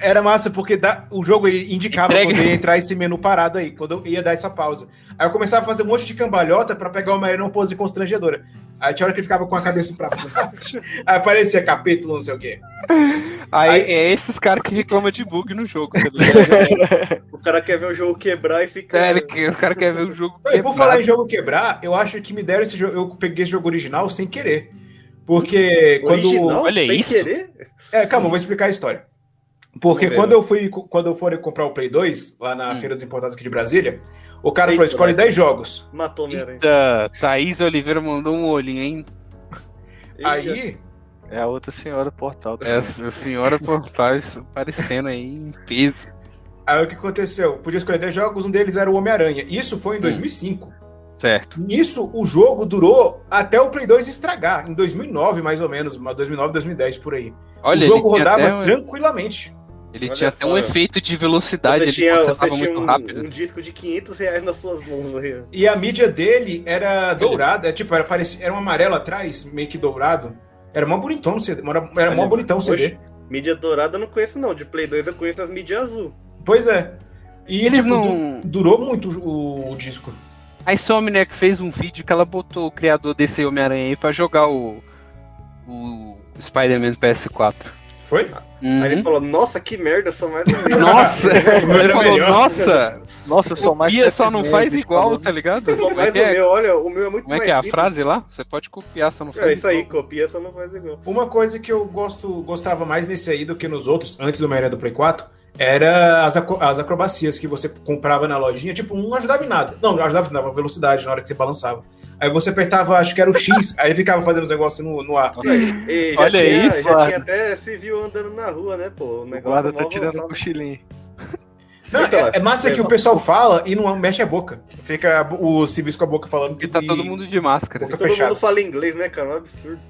Speaker 3: Era massa, porque da- o jogo ele indicava
Speaker 4: Entrega.
Speaker 3: quando ia entrar esse menu parado aí, quando eu ia dar essa pausa. Aí eu começava a fazer um monte de cambalhota pra pegar uma numa pose constrangedora. Aí tinha hora que ele ficava com a cabeça pra baixo. Aí aparecia capítulo, não sei o quê.
Speaker 4: Aí,
Speaker 3: Aí-
Speaker 4: é esses caras que reclamam de bug no jogo. tá ligado?
Speaker 5: O cara quer ver o jogo quebrar e fica.
Speaker 4: é, ele que- o cara quer ver o jogo.
Speaker 3: E por falar em jogo quebrar, eu acho que me deram esse jogo. Eu peguei esse jogo original sem querer. Porque quando.
Speaker 5: Original,
Speaker 4: Olha
Speaker 5: sem
Speaker 4: isso.
Speaker 5: querer?
Speaker 3: É, calma, eu vou explicar a história. Porque
Speaker 5: Vamos ver.
Speaker 3: quando eu fui, quando eu for comprar o Play 2, lá na
Speaker 4: Hum.
Speaker 3: Feira dos Importados aqui de Brasília, o cara
Speaker 5: Eita,
Speaker 3: falou: escolhe
Speaker 5: né?
Speaker 3: 10 jogos.
Speaker 5: Matou o Homem-Aranha.
Speaker 4: Eita, Thaís Oliveira mandou um olhinho, hein? Então,
Speaker 5: Eita.
Speaker 3: Aí.
Speaker 7: É a outra senhora portal do
Speaker 4: É, a
Speaker 7: nerd.
Speaker 4: senhora pô, tá isso aparecendo aí em peso.
Speaker 3: Aí o que aconteceu? Podia escolher 10 jogos, um deles era o Homem-Aranha. Isso foi
Speaker 5: Hum.
Speaker 3: em 2005.
Speaker 4: Certo.
Speaker 3: Nisso, o jogo durou até o Play 2 estragar, em 2009 mais ou menos, uma 2009, 2010 por aí.
Speaker 4: Olha,
Speaker 3: o jogo
Speaker 4: ele tinha até
Speaker 3: rodava
Speaker 4: um-
Speaker 3: tranquilamente.
Speaker 4: Ele
Speaker 5: Olha
Speaker 4: tinha até um
Speaker 5: só.
Speaker 4: efeito de velocidade ali quando você tava muito
Speaker 5: um,
Speaker 4: rápido.
Speaker 5: um disco de 500 reais nas suas mãos aí.
Speaker 3: E a mídia dele era dourada, é, tipo, era, parecia, era um amarelo atrás, meio que dourado. Era mó bonitão o CD, era, era mó
Speaker 4: Olha,
Speaker 3: bonitão o CD.
Speaker 5: Oxe, mídia dourada eu não conheço, não. De Play 2 eu conheço as mídias azul.
Speaker 3: Pois é. E
Speaker 4: Eles
Speaker 3: tipo,
Speaker 4: não-
Speaker 3: du- durou muito o, o disco.
Speaker 4: A Insomniac fez um vídeo que ela botou o criador desse Homem-Aranha aí pra jogar o, o Spider-Man PS4.
Speaker 3: Foi?
Speaker 4: Uhum.
Speaker 5: Aí ele falou, nossa, que merda, só mais um.
Speaker 4: Nossa!
Speaker 3: meu
Speaker 4: ele
Speaker 3: era
Speaker 4: falou,
Speaker 3: melhor.
Speaker 4: nossa!
Speaker 7: Nossa, eu sou mais.
Speaker 4: Copia, só não
Speaker 7: nerd,
Speaker 4: faz
Speaker 7: ele
Speaker 4: igual,
Speaker 7: falou.
Speaker 4: tá ligado?
Speaker 5: Só
Speaker 4: Como é
Speaker 5: mais
Speaker 4: que
Speaker 5: o
Speaker 4: é,
Speaker 5: meu, olha, o meu é muito
Speaker 4: como é,
Speaker 5: mais
Speaker 4: que é a
Speaker 5: simples.
Speaker 4: frase lá? Você pode copiar, só não faz
Speaker 5: É isso aí,
Speaker 4: igual.
Speaker 5: copia, só não faz igual.
Speaker 3: Uma coisa que eu gosto, gostava mais nesse aí do que nos outros, antes do Homem-Aranha do Play 4, era as, aco- as acrobacias que você comprava na lojinha. Tipo, não ajudava em nada. Não, ajudava, dava velocidade na hora que você balançava. Aí você apertava, acho que era o X, aí ficava fazendo os negócios no, no ar.
Speaker 5: E já
Speaker 4: Olha
Speaker 5: tinha,
Speaker 4: isso,
Speaker 5: já
Speaker 7: mano.
Speaker 5: tinha até civil andando na rua, né, pô? O
Speaker 7: O
Speaker 5: negócio
Speaker 7: guarda
Speaker 5: é
Speaker 7: tá
Speaker 5: mó
Speaker 7: tirando o
Speaker 5: avançado.
Speaker 7: cochilinho.
Speaker 3: Não,
Speaker 5: Então,
Speaker 3: é, é massa
Speaker 5: é,
Speaker 3: que o pessoal fala e não mexe a boca. Fica a bo- o civis com a boca falando que
Speaker 4: Porque tá todo mundo de máscara.
Speaker 3: Boca
Speaker 5: Todo
Speaker 3: fechada.
Speaker 5: mundo fala inglês, né, cara? É um absurdo.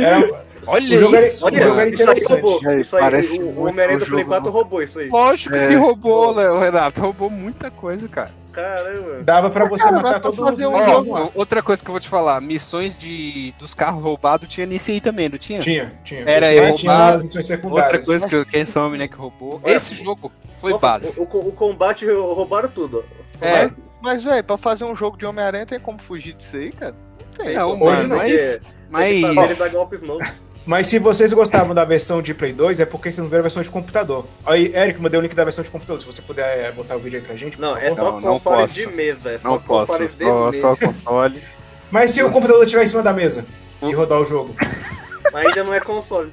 Speaker 3: Era-
Speaker 4: é- Olha
Speaker 3: O jogo era-
Speaker 4: isso!
Speaker 3: olha, o jogo
Speaker 4: mano.
Speaker 3: era
Speaker 5: isso aí
Speaker 3: interessante.
Speaker 5: roubou.
Speaker 7: É,
Speaker 5: Isso aí,
Speaker 7: parece
Speaker 5: o,
Speaker 7: muito
Speaker 5: o Homem-Aranha do
Speaker 7: o
Speaker 5: Play
Speaker 7: jogo.
Speaker 5: 4 roubou isso aí.
Speaker 4: Lógico
Speaker 7: É.
Speaker 4: que roubou, Léo Renato. Roubou muita coisa, cara.
Speaker 5: Caramba.
Speaker 3: dava pra você
Speaker 7: Cara,
Speaker 3: matar
Speaker 7: dá pra
Speaker 3: todo mundo.
Speaker 7: fazer um
Speaker 3: no
Speaker 4: Ó,
Speaker 7: jogo.
Speaker 3: ar.
Speaker 4: outra coisa que eu vou te falar, missões de dos carros roubados tinha nesse aí também, não tinha?
Speaker 3: Tinha, tinha.
Speaker 4: Era
Speaker 3: Esse aí
Speaker 4: eu
Speaker 3: tinha
Speaker 4: roubar-
Speaker 3: as missões secundárias.
Speaker 4: Outra coisa que eu- quem são né, que roubou.
Speaker 5: Olha,
Speaker 4: Esse jogo foi
Speaker 5: Nossa,
Speaker 4: base.
Speaker 5: O, o- o combate rou- roubaram tudo.
Speaker 4: É,
Speaker 7: Mas, velho, pra fazer um jogo de Homem-Aranha tem como fugir disso aí, cara? Não tem.
Speaker 4: não,
Speaker 5: pô,
Speaker 4: mano,
Speaker 5: tem
Speaker 4: mas.
Speaker 5: Tem que fazer ele dar
Speaker 4: Mas.
Speaker 5: golpes novos.
Speaker 3: Mas se vocês gostavam da versão de Play 2, é porque vocês não viram a versão de computador. Aí, Eric, mandei o link da versão de computador. Se você puder eh, botar o vídeo aí pra gente.
Speaker 5: Não, é só
Speaker 4: Não, não
Speaker 5: console
Speaker 4: posso.
Speaker 5: de mesa. É só
Speaker 4: Não posso,
Speaker 5: console de
Speaker 4: só,
Speaker 5: mesa.
Speaker 4: só console.
Speaker 3: Mas se o computador estiver em cima da mesa e rodar o jogo.
Speaker 5: Ainda não é console.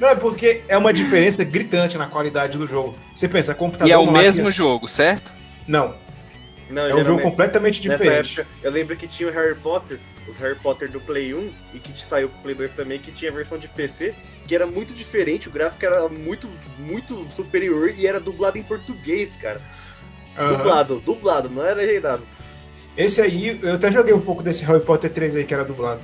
Speaker 3: Não, é porque é uma diferença gritante na qualidade do jogo. Você pensa, computador.
Speaker 4: E é o
Speaker 3: uma máquina-
Speaker 4: mesmo jogo, certo?
Speaker 3: Não,
Speaker 5: Não,
Speaker 3: é um jogo
Speaker 5: geralmente-
Speaker 3: completamente
Speaker 5: Nessa
Speaker 3: diferente.
Speaker 5: época, eu lembro que tinha o Harry Potter, os Harry Potter do Play 1 e que saiu pro Play 2 também, que tinha a versão de PC, que era muito diferente, o gráfico era muito, muito superior e era dublado em português, cara.
Speaker 3: Aham.
Speaker 5: Dublado, dublado, não era legendado.
Speaker 3: Esse aí, eu até joguei um pouco desse Harry Potter 3 aí que era dublado.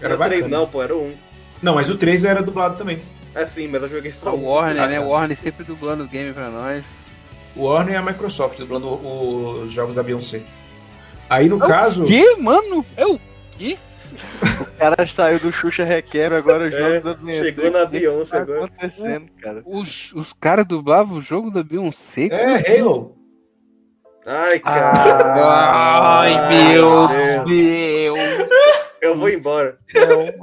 Speaker 3: Era
Speaker 5: Era três,
Speaker 3: bacana.
Speaker 5: não, pô, era um.
Speaker 3: Não, mas o 3 era dublado também.
Speaker 5: É sim, mas eu joguei só
Speaker 4: A
Speaker 5: um.
Speaker 4: Warner,
Speaker 3: Ah,
Speaker 4: né?
Speaker 3: tá.
Speaker 4: Warner sempre dublando o game pra nós.
Speaker 3: O Warner e a Microsoft dublando o- os jogos da Beyoncé. Aí no caso.
Speaker 4: Que, mano? Eu.
Speaker 7: O cara saiu do Xuxa Requero, agora os
Speaker 5: É,
Speaker 7: jogos da Beyoncé.
Speaker 5: Chegou na
Speaker 7: O que
Speaker 5: Beyoncé
Speaker 7: tá
Speaker 5: agora.
Speaker 7: acontecendo, cara?
Speaker 4: Os, os caras dublavam o jogo da Beyoncé? Como assim?
Speaker 3: É, Halo.
Speaker 5: Ai,
Speaker 3: Ah,
Speaker 5: cara.
Speaker 4: Ai,
Speaker 7: Ah,
Speaker 4: meu Deus.
Speaker 5: Eu vou embora.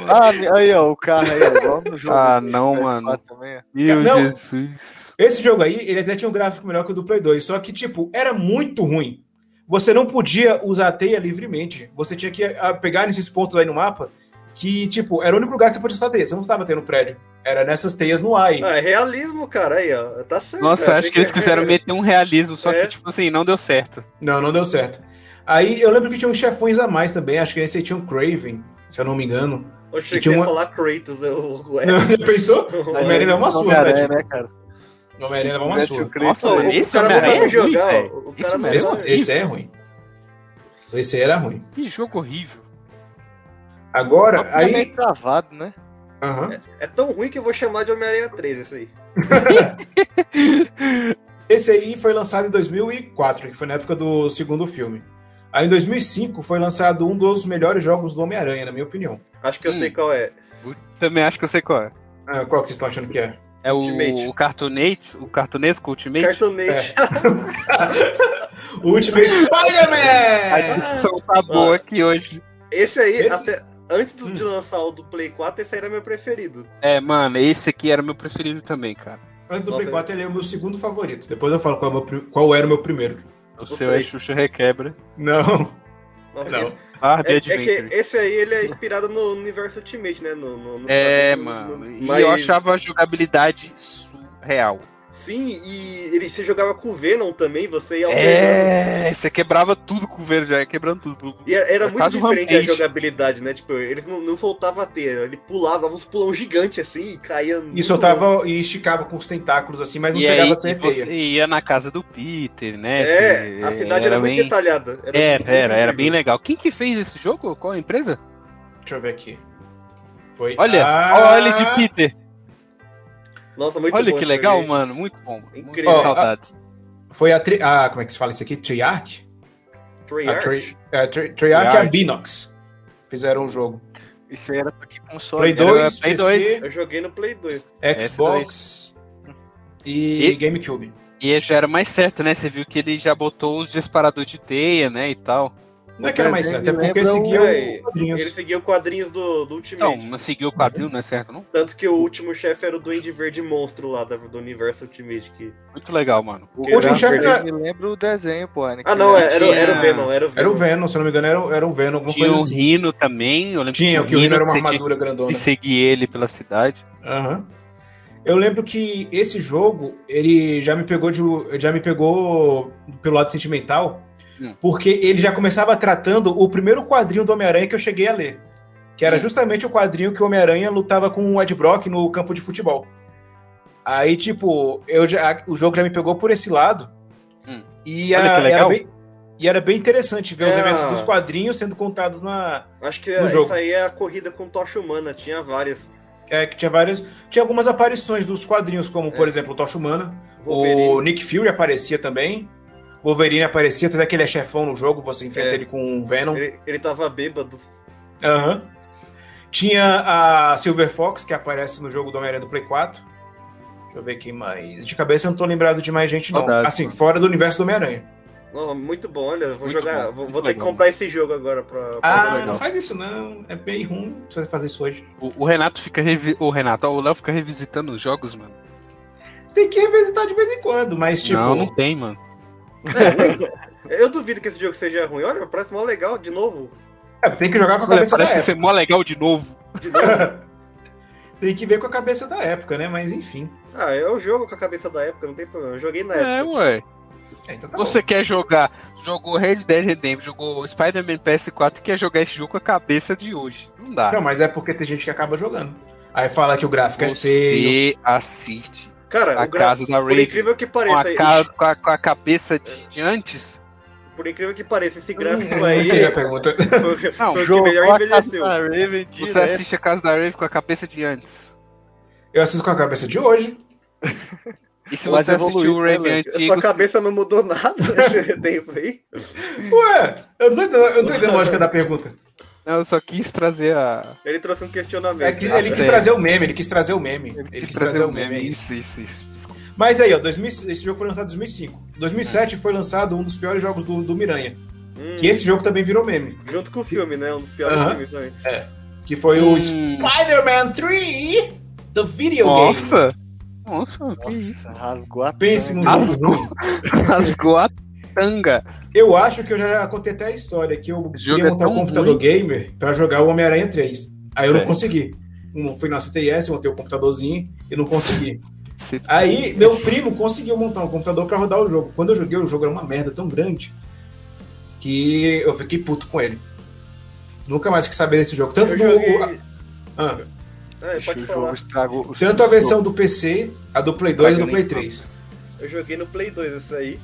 Speaker 7: Ah, aí, ó, o cara aí, ó, igual no jogo.
Speaker 4: Ah,
Speaker 7: do
Speaker 4: não,
Speaker 7: PS4
Speaker 4: mano.
Speaker 7: também, ó.
Speaker 4: Meu
Speaker 3: Não.
Speaker 4: Jesus.
Speaker 3: Esse jogo aí, ele até tinha um gráfico melhor que o do Play 2, só que, tipo, era muito ruim. Você não podia usar a teia livremente. Você tinha que ah, pegar nesses pontos aí no mapa, que, tipo, era o único lugar que você podia usar a teia. Você não estava tendo prédio. Era nessas teias no ar aí.
Speaker 5: Ah, é realismo, cara. Aí, ó. Tá certo.
Speaker 4: Nossa,
Speaker 5: cara.
Speaker 4: acho que eles quiseram meter um realismo, só
Speaker 5: É.
Speaker 4: que, tipo assim, não deu certo.
Speaker 3: Não, não deu certo. Aí eu lembro que tinha uns chefões a mais também. Acho que nesse aí tinha um Craven, se eu não me engano.
Speaker 5: Eu achei que
Speaker 3: Tinha
Speaker 5: ia
Speaker 3: uma-
Speaker 5: falar Kratos. Eu... é. ué.
Speaker 3: Não, já pensou? O Homem-Aranha é uma surra,
Speaker 7: Homem-Aranha,
Speaker 3: né?
Speaker 7: né, cara?
Speaker 3: Tipo, O Homem-Aranha leva uma
Speaker 7: Mete o
Speaker 3: surra.
Speaker 7: Kratos
Speaker 4: Nossa,
Speaker 5: o-
Speaker 7: aí.
Speaker 5: o
Speaker 4: esse
Speaker 5: cara não
Speaker 4: Homem-Aranha é
Speaker 5: sabe
Speaker 4: ruim,
Speaker 5: jogar,
Speaker 4: velho.
Speaker 5: o- o
Speaker 4: Esse
Speaker 5: cara não
Speaker 4: Homem-Aranha
Speaker 3: Esse,
Speaker 4: é horrível.
Speaker 3: esse é ruim. Esse aí era ruim.
Speaker 4: Que jogo horrível.
Speaker 3: Agora,
Speaker 7: Tá
Speaker 3: aí.
Speaker 7: meio travado, né?
Speaker 3: Aham.
Speaker 5: É tão ruim que eu vou chamar de Homem-Aranha 3 esse aí.
Speaker 3: Esse aí foi lançado em 2004, que foi na época do segundo filme. Aí em 2005 foi lançado um dos melhores jogos do Homem-Aranha, na minha opinião.
Speaker 5: Acho que eu
Speaker 4: Hum.
Speaker 5: sei qual é.
Speaker 4: Também acho que eu sei qual é.
Speaker 3: Ah, qual que vocês estão achando que é?
Speaker 4: É o,
Speaker 5: Ultimate.
Speaker 4: o Cartoonate, o Cartoonesco Ultimate.
Speaker 5: Cartonete.
Speaker 3: É. O
Speaker 4: é
Speaker 3: Ultimate Spider-Man!
Speaker 4: A edição tá
Speaker 5: Ah.
Speaker 4: boa aqui hoje.
Speaker 5: Esse aí,
Speaker 3: Esse- Hum.
Speaker 5: até antes do- de lançar o do Play 4, esse aí era meu preferido.
Speaker 4: É, mano, esse aqui era meu preferido também, cara.
Speaker 3: Antes do
Speaker 5: Nossa,
Speaker 3: Play 4 ele é o meu segundo favorito. Depois eu falo qual, é o meu pri- qual era o meu primeiro.
Speaker 4: O seu é
Speaker 5: três.
Speaker 4: Xuxa Requebra.
Speaker 3: Não,
Speaker 5: Nossa,
Speaker 3: Não.
Speaker 5: esse-
Speaker 4: Hard
Speaker 5: É, é
Speaker 4: Adventure.
Speaker 5: que esse aí ele é inspirado no universo Ultimate, né? No, no- no-
Speaker 4: É,
Speaker 5: no-
Speaker 4: mano.
Speaker 5: no-
Speaker 4: E
Speaker 5: mas-
Speaker 4: eu achava a jogabilidade surreal.
Speaker 5: Sim, e ele se jogava com o Venom também, você ia alternando.
Speaker 4: É, você quebrava tudo com o verde, já ia quebrando tudo.
Speaker 5: E era, era
Speaker 4: É
Speaker 5: muito
Speaker 4: quase um
Speaker 5: diferente a
Speaker 4: Rampage.
Speaker 5: jogabilidade, né? Tipo, eles não, não soltava a teia, ele pulava, dava uns pulão gigante assim e caía.
Speaker 3: e
Speaker 5: muito longe.
Speaker 3: soltava e esticava com os tentáculos assim, mas não
Speaker 4: E
Speaker 3: chegava
Speaker 4: aí
Speaker 3: a sem
Speaker 4: e você
Speaker 3: feia.
Speaker 4: ia na casa do Peter, né?
Speaker 5: É,
Speaker 4: Você-
Speaker 5: a cidade era, muito
Speaker 4: bem-
Speaker 5: detalhada.
Speaker 4: Era,
Speaker 5: muito
Speaker 4: É, era, era bem
Speaker 5: incrível.
Speaker 4: legal. Quem que fez esse jogo? Qual a empresa?
Speaker 3: Deixa eu ver aqui. Foi.
Speaker 4: Olha,
Speaker 3: Ah,
Speaker 4: olha ele de Peter.
Speaker 5: Nossa, muito
Speaker 4: Olha
Speaker 5: bom
Speaker 4: que
Speaker 5: esse
Speaker 4: legal,
Speaker 5: jogo aí.
Speaker 4: mano. Muito bom.
Speaker 5: Incrível.
Speaker 4: Muito saudades.
Speaker 3: Foi a. Tri... Ah, como é que se fala isso aqui? Treyarch? A
Speaker 5: Treyarch.
Speaker 3: Tre- é, Tre- Treyarch e a
Speaker 4: Treyarch.
Speaker 3: Binox fizeram o jogo.
Speaker 7: Isso aí era pra né? que console?
Speaker 3: Play
Speaker 7: era-
Speaker 3: 2,
Speaker 4: Play
Speaker 3: PC,
Speaker 4: dois.
Speaker 5: Eu joguei no Play 2.
Speaker 3: Xbox e,
Speaker 4: E-
Speaker 3: GameCube.
Speaker 4: E já era mais certo, né? Você viu que ele já botou os disparadores de teia, né? E tal.
Speaker 3: Não é que era mais
Speaker 7: Mas
Speaker 3: certo, é
Speaker 7: ele
Speaker 3: porque
Speaker 7: lembra
Speaker 3: seguia
Speaker 5: um-
Speaker 3: os quadrinhos.
Speaker 5: Ele seguia quadrinhos do, do Ultimate.
Speaker 4: Então, não seguiu o quadril, não é certo, não?
Speaker 5: Tanto que o último chefe era o Duende Verde Monstro lá da- do universo Ultimate. Que...
Speaker 4: Muito legal, mano.
Speaker 7: O
Speaker 5: último
Speaker 7: Gran
Speaker 3: chefe
Speaker 7: Turismo
Speaker 3: era-
Speaker 7: Me lembra o desenho, pô. né,
Speaker 5: Ah,
Speaker 7: que
Speaker 5: não,
Speaker 7: era-
Speaker 5: era, era, o Venom. Era o Venom.
Speaker 3: Era o Venom, se eu não me engano, era, o- era o Venom, alguma
Speaker 4: Tinha
Speaker 3: coisa
Speaker 4: o
Speaker 3: assim.
Speaker 4: Rino também. Eu lembro
Speaker 3: Tinha,
Speaker 4: que
Speaker 3: que o Rino era uma
Speaker 4: que você tinha
Speaker 3: armadura né? grandona.
Speaker 4: que seguir ele pela cidade.
Speaker 3: Aham. Eu lembro que esse jogo, ele já me pegou de, já me pegou pelo lado sentimental,
Speaker 4: Hum.
Speaker 3: porque ele já começava tratando o primeiro quadrinho do Homem-Aranha que eu cheguei a ler. Que era
Speaker 4: Hum.
Speaker 3: justamente o quadrinho que o Homem-Aranha lutava com o Ed Brock no campo de futebol. Aí, tipo, eu já, o jogo já me pegou por esse lado.
Speaker 4: Hum.
Speaker 3: E,
Speaker 4: Olha
Speaker 3: a-
Speaker 4: que legal.
Speaker 3: Era bem, e era bem interessante ver os
Speaker 5: É.
Speaker 3: eventos dos quadrinhos sendo contados na,
Speaker 5: Acho que
Speaker 3: No
Speaker 5: essa
Speaker 3: jogo.
Speaker 5: aí é a corrida com tocha humana. Tinha várias.
Speaker 3: É, que tinha várias. Tinha algumas aparições dos quadrinhos, como,
Speaker 4: É.
Speaker 3: por exemplo, o Tocha Humana. O Nick Fury aparecia também. Wolverine aparecia, até que ele é chefão no jogo, você enfrenta
Speaker 5: É.
Speaker 3: ele com o Venom.
Speaker 5: Ele, ele tava bêbado.
Speaker 3: Aham. Tinha a Silver Fox, que aparece no jogo do Homem-Aranha do Play 4. Deixa eu ver quem mais. De cabeça eu não tô lembrado de mais gente, não.
Speaker 4: Saudades,
Speaker 3: assim,
Speaker 4: mano.
Speaker 3: fora do universo do Homem-Aranha.
Speaker 5: Nossa, muito bom, olha. Vou
Speaker 4: Muito bom,
Speaker 5: jogar. vou
Speaker 4: muito
Speaker 5: vou ter que
Speaker 4: legal.
Speaker 5: comprar esse jogo agora pra. pra
Speaker 3: Ah,
Speaker 5: jogar.
Speaker 3: não faz isso não. É bem ruim se você fazer isso hoje.
Speaker 4: O, o Renato fica. Revi... O Renato, ó, o Léo fica revisitando os jogos, mano.
Speaker 3: Tem que revisitar de vez em quando, mas tipo.
Speaker 4: Não, não tem, mano.
Speaker 5: É, Eu duvido que esse jogo seja ruim. Olha, parece mó legal de novo.
Speaker 3: é, tem que jogar com a
Speaker 4: Olha,
Speaker 3: cabeça da
Speaker 4: parece
Speaker 3: época.
Speaker 4: ser mó legal de novo.
Speaker 3: Tem que ver com a cabeça da época, né? Mas enfim.
Speaker 5: Ah, é o jogo com a cabeça da época, não tem problema. Eu joguei na
Speaker 4: É,
Speaker 5: época.
Speaker 4: ué.
Speaker 3: É, então tá
Speaker 4: Você quer jogar. Jogou Red Dead Redemption, jogou Spider-Man PS4 e quer jogar esse jogo com a cabeça de hoje. Não dá.
Speaker 3: bom. Não, mas é porque tem gente que acaba jogando. Aí fala que o gráfico é feio.
Speaker 4: Você assiste
Speaker 5: Cara,
Speaker 4: a
Speaker 5: É, o gráfico.
Speaker 4: casa da
Speaker 5: Por
Speaker 4: Raven
Speaker 5: incrível que
Speaker 4: com a,
Speaker 5: pareça,
Speaker 4: ca- com a- com a cabeça de, de antes,
Speaker 5: por incrível que pareça, esse
Speaker 3: Não
Speaker 5: gráfico aí
Speaker 3: entendi a pergunta.
Speaker 5: foi, é, foi
Speaker 4: Não,
Speaker 5: o que melhor envelheceu.
Speaker 7: a Raven
Speaker 4: Você
Speaker 7: direto.
Speaker 4: assiste a casa da Rave com a cabeça de antes.
Speaker 3: Eu assisto com a cabeça de hoje.
Speaker 4: E se
Speaker 7: Mas
Speaker 4: você assistiu o
Speaker 7: evoluiu, né,
Speaker 4: Rave
Speaker 7: velho?
Speaker 5: A Sua
Speaker 4: antigo,
Speaker 5: cabeça não mudou nada nesse tempo aí.
Speaker 3: Ué, eu não tô entendendo, eu não tô entendendo a lógica da pergunta.
Speaker 4: não, eu só quis trazer a.
Speaker 5: Ele trouxe um questionamento.
Speaker 3: É que ele quis
Speaker 4: sério.
Speaker 3: trazer o meme, ele quis trazer o é meme. Ele
Speaker 4: Tá Quis trazer o meme. Isso, isso, isso. Desculpa.
Speaker 3: Mas aí, ó, 2000, esse jogo foi lançado em 2005. 2007 foi lançado um dos piores jogos do, do Miranha.
Speaker 5: Hum,
Speaker 3: Que esse jogo também virou meme.
Speaker 5: Junto com o filme, né? Um dos piores
Speaker 3: Aham.
Speaker 5: filmes também.
Speaker 3: Que foi o
Speaker 4: Hum.
Speaker 3: Spider-Man 3 The Video Game.
Speaker 4: Nossa! Nossa, que isso?
Speaker 7: Nossa, rasgou a
Speaker 3: Pense
Speaker 7: tanga.
Speaker 3: no
Speaker 4: Rasgou, rasgou a tanga.
Speaker 3: Eu acho que eu já já contei até a história que eu
Speaker 4: Esse jogo
Speaker 3: queria
Speaker 4: é
Speaker 3: montar um
Speaker 4: tão
Speaker 3: computador
Speaker 4: ruim.
Speaker 3: gamer pra jogar o Homem-Aranha 3. Aí eu não
Speaker 4: Certo.
Speaker 3: consegui. Um, fui na CTS, montei o computadorzinho e não consegui.
Speaker 4: Se-
Speaker 3: Aí meu primo conseguiu montar um computador pra rodar o jogo. Quando eu joguei, o jogo era uma merda tão grande que eu fiquei puto com ele. Nunca mais quis saber desse jogo. Tanto
Speaker 5: Eu
Speaker 3: do-
Speaker 5: joguei.
Speaker 3: a- ah,
Speaker 5: Ah,
Speaker 7: Ixi,
Speaker 5: pode
Speaker 7: o jogo
Speaker 5: falar.
Speaker 7: estragou. o
Speaker 3: tanto a
Speaker 7: jogo
Speaker 3: versão do PC, a do Play 2 e a do Play 3.
Speaker 5: Eu joguei no Play 2 isso aí.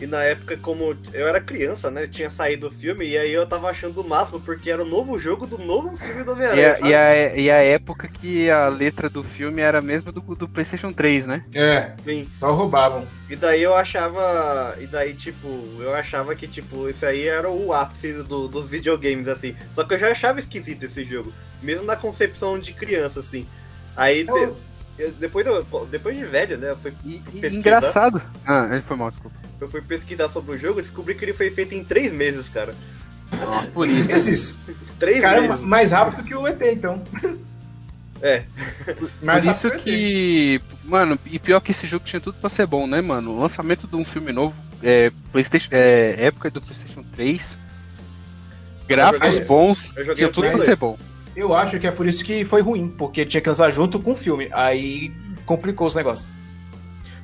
Speaker 5: E na época, como eu era criança, né? Tinha saído o filme, e aí eu tava achando o máximo, porque era o novo jogo do novo filme do
Speaker 4: E
Speaker 5: Homem-Aranha.
Speaker 4: a,
Speaker 5: sabe?
Speaker 4: e, a, e é a época que a letra do filme era a mesma do, do PlayStation 3, né?
Speaker 3: É,
Speaker 5: Sim.
Speaker 3: só roubavam.
Speaker 5: E daí eu achava. E daí, tipo, eu achava que, tipo, isso aí era o ápice do- dos videogames, assim. Só que eu já achava esquisito esse jogo. Mesmo na concepção de criança, assim. Aí. de-
Speaker 3: Eu-
Speaker 5: eu- depois, eu- depois de velho, né? Eu fui,
Speaker 4: E, e
Speaker 5: pesquisar,
Speaker 4: engraçado. Ah, ele foi mal, desculpa.
Speaker 5: eu fui pesquisar sobre o jogo e descobri que ele foi feito em três meses, cara.
Speaker 4: Por isso.
Speaker 3: Esses,
Speaker 5: Três
Speaker 3: cara,
Speaker 5: meses.
Speaker 3: mais rápido que o ET, então.
Speaker 5: É.
Speaker 3: Mais
Speaker 4: Por isso
Speaker 3: rápido o ET.
Speaker 4: que. Mano, e pior que esse jogo tinha tudo pra ser bom, né, mano? O lançamento de um filme novo, é, PlayStation, é, época do PlayStation 3. Gráficos
Speaker 3: joguei-
Speaker 4: bons,
Speaker 5: eu joguei
Speaker 4: tinha
Speaker 5: no
Speaker 4: tudo
Speaker 5: Play
Speaker 4: pra ser bom.
Speaker 3: Eu acho que é por isso que foi ruim, porque tinha que lançar junto com o filme. Aí complicou os negócios.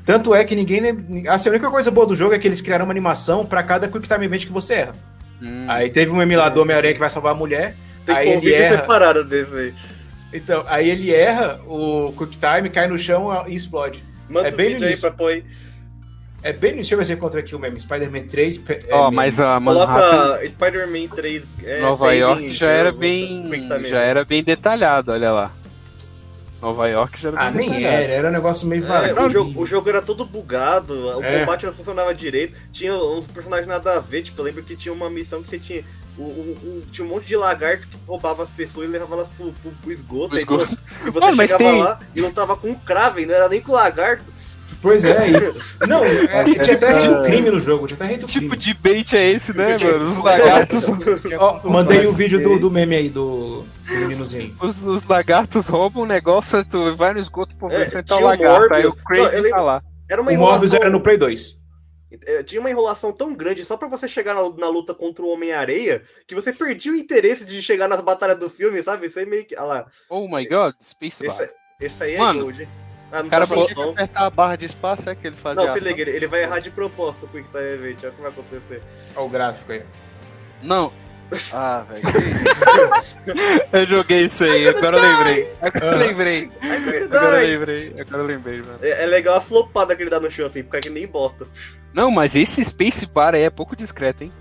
Speaker 3: Tanto é que ninguém. lem- Assim, a única coisa boa do jogo é que eles criaram uma animação pra cada quick time event que você erra.
Speaker 4: Hum.
Speaker 3: Aí teve um emulador do Homem-Aranha que vai salvar a mulher.
Speaker 5: Tem
Speaker 3: Aí
Speaker 5: um
Speaker 3: ele
Speaker 5: vídeo
Speaker 3: erra.
Speaker 5: separado desse aí.
Speaker 3: Então, aí ele erra o quick time, cai no chão e explode.
Speaker 5: Manda
Speaker 3: É
Speaker 5: o
Speaker 3: bem
Speaker 5: vídeo aí
Speaker 3: nisso.
Speaker 5: pra pôr aí.
Speaker 3: É bem. Deixa eu ver se eu encontro aqui o meme. Spider-Man 3. pe- é
Speaker 4: Ó,
Speaker 3: meme.
Speaker 4: mas a Manhattan
Speaker 5: Coloca Spider-Man 3. é,
Speaker 4: Nova
Speaker 5: saving
Speaker 4: York já era
Speaker 5: throw,
Speaker 4: bem.
Speaker 5: tá? quick time É,
Speaker 4: Já era bem detalhado, olha lá. Nova York já era
Speaker 3: Ah,
Speaker 4: bem
Speaker 3: nem
Speaker 4: detalhado.
Speaker 3: era. Era um negócio meio
Speaker 5: É,
Speaker 3: vazio.
Speaker 5: o, jogo, o jogo era todo bugado, o
Speaker 3: É.
Speaker 5: combate não funcionava direito, tinha uns personagens nada a ver, tipo, eu lembro que tinha uma missão que você tinha. O, o- o- tinha um monte de lagarto que roubava as pessoas e levava elas pro, pro- pro esgoto.
Speaker 4: Pro
Speaker 5: aí
Speaker 4: esgoto.
Speaker 5: você- E você
Speaker 4: Mano, mas
Speaker 5: chegava
Speaker 4: tem-
Speaker 5: lá e lutava com o Kraven, não era nem com o lagarto.
Speaker 3: Pois é, e... Não, é,
Speaker 7: Mas
Speaker 3: tinha até
Speaker 7: é pra-
Speaker 3: rei do crime no jogo, tinha até rei do
Speaker 4: Que tipo
Speaker 3: crime.
Speaker 4: de bait é esse, né, mano? Os lagartos,
Speaker 3: Ó, mandei o vídeo do, do meme aí do, do meninozinho.
Speaker 4: os, os lagartos roubam o negócio, tu vai no esgoto pra
Speaker 5: É,
Speaker 4: enfrentar o
Speaker 5: tinha o
Speaker 4: lagarto, aí o
Speaker 5: Morbius. Não, eu
Speaker 4: Craven tá
Speaker 5: lembro-
Speaker 4: lá.
Speaker 5: Era uma
Speaker 3: O Morbius era no Play 2.
Speaker 5: É, Tinha uma enrolação tão grande só pra você chegar na, na luta contra o Homem-Areia que você perdia o interesse de chegar nas batalhas do filme, sabe? Isso aí meio que. Ah lá,
Speaker 4: Oh my god, Space
Speaker 5: esse,
Speaker 4: Bar.
Speaker 5: esse aí é
Speaker 4: Mano,
Speaker 5: gold. hein? Ah, não
Speaker 4: cara
Speaker 5: tá falando
Speaker 4: botou-
Speaker 5: som.
Speaker 7: Apertar a barra de espaço é que ele fazia.
Speaker 5: Não, se
Speaker 7: ação.
Speaker 5: liga, ele, ele vai errar de propósito o Quick Time Event, olha o que vai acontecer.
Speaker 3: Olha o gráfico aí.
Speaker 4: Não,
Speaker 7: Ah, velho. que
Speaker 4: eu joguei isso aí, agora eu lembrei. Agora eu lembrei.
Speaker 5: É
Speaker 4: Agora eu
Speaker 5: verdade!
Speaker 4: lembrei, agora eu lembrei, mano.
Speaker 5: É, é legal a flopada que ele dá no chão assim, fica que nem bosta.
Speaker 4: Não, mas esse Space Bar aí é pouco discreto, hein?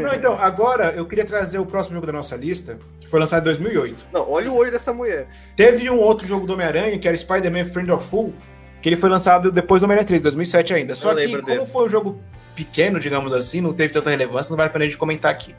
Speaker 3: Não, então, agora eu queria trazer o próximo jogo da nossa lista, que foi lançado em 2008.
Speaker 5: Não, olha o olho dessa mulher.
Speaker 3: Teve um outro jogo do Homem-Aranha, que era Spider-Man Friend of Fool, que ele foi lançado depois do Homem-Aranha 3, 2007 ainda. Só
Speaker 5: Eu
Speaker 3: que,
Speaker 5: lembro
Speaker 3: como
Speaker 5: desse.
Speaker 3: foi um jogo pequeno, digamos assim, não teve tanta relevância, não vale a pena a gente comentar aqui.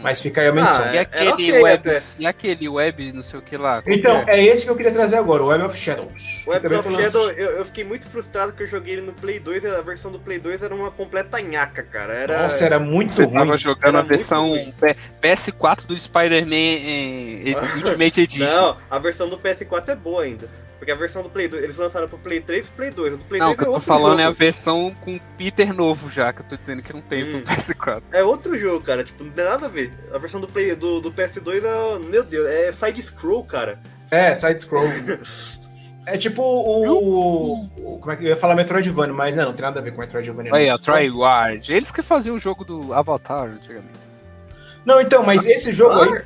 Speaker 3: Mas fica aí a menção.
Speaker 5: Ah,
Speaker 4: E
Speaker 5: É,
Speaker 4: aquele
Speaker 5: era ok
Speaker 4: web,
Speaker 5: até.
Speaker 4: e aquele web, não sei o que lá. qual
Speaker 3: Então,
Speaker 4: que
Speaker 3: é esse que eu queria trazer agora, o Web of Shadows.
Speaker 5: O Web
Speaker 3: Também
Speaker 5: of
Speaker 3: foi lançado-
Speaker 5: Shadow, eu, eu fiquei muito frustrado que eu joguei ele no Play 2 e a versão do Play 2 era uma completa nhaca, cara. Era...
Speaker 3: Nossa, era muito
Speaker 4: Você
Speaker 3: ruim.
Speaker 4: tava jogando
Speaker 5: Era
Speaker 4: a versão
Speaker 5: muito
Speaker 4: P- PS4 do Spider-Man em- em Ultimate Edition. Não,
Speaker 5: Não, a versão do PS4 é boa ainda. Porque a versão do Play 2, eles lançaram pro Play 3 e pro Play 2. A do Play
Speaker 4: o
Speaker 5: 3
Speaker 4: que eu
Speaker 5: é
Speaker 4: tô
Speaker 5: outro
Speaker 4: falando
Speaker 5: jogo.
Speaker 4: é a versão com o Peter novo já, que eu tô dizendo que não tem
Speaker 5: Hum.
Speaker 4: pro PS4.
Speaker 5: É outro jogo, cara. Tipo, não tem nada a ver. A versão do, Play, do, do PS2 é. Meu Deus, é side-scroll, cara.
Speaker 3: É, side-scroll. é tipo o, o- Como é que eu ia falar Metroidvania, mas não, não tem nada a ver com Metroidvania. né?
Speaker 4: Aí,
Speaker 3: Não.
Speaker 4: ó, Tryhard. Eles que faziam o jogo do Avatar antigamente.
Speaker 3: não, então, mas esse jogo aí.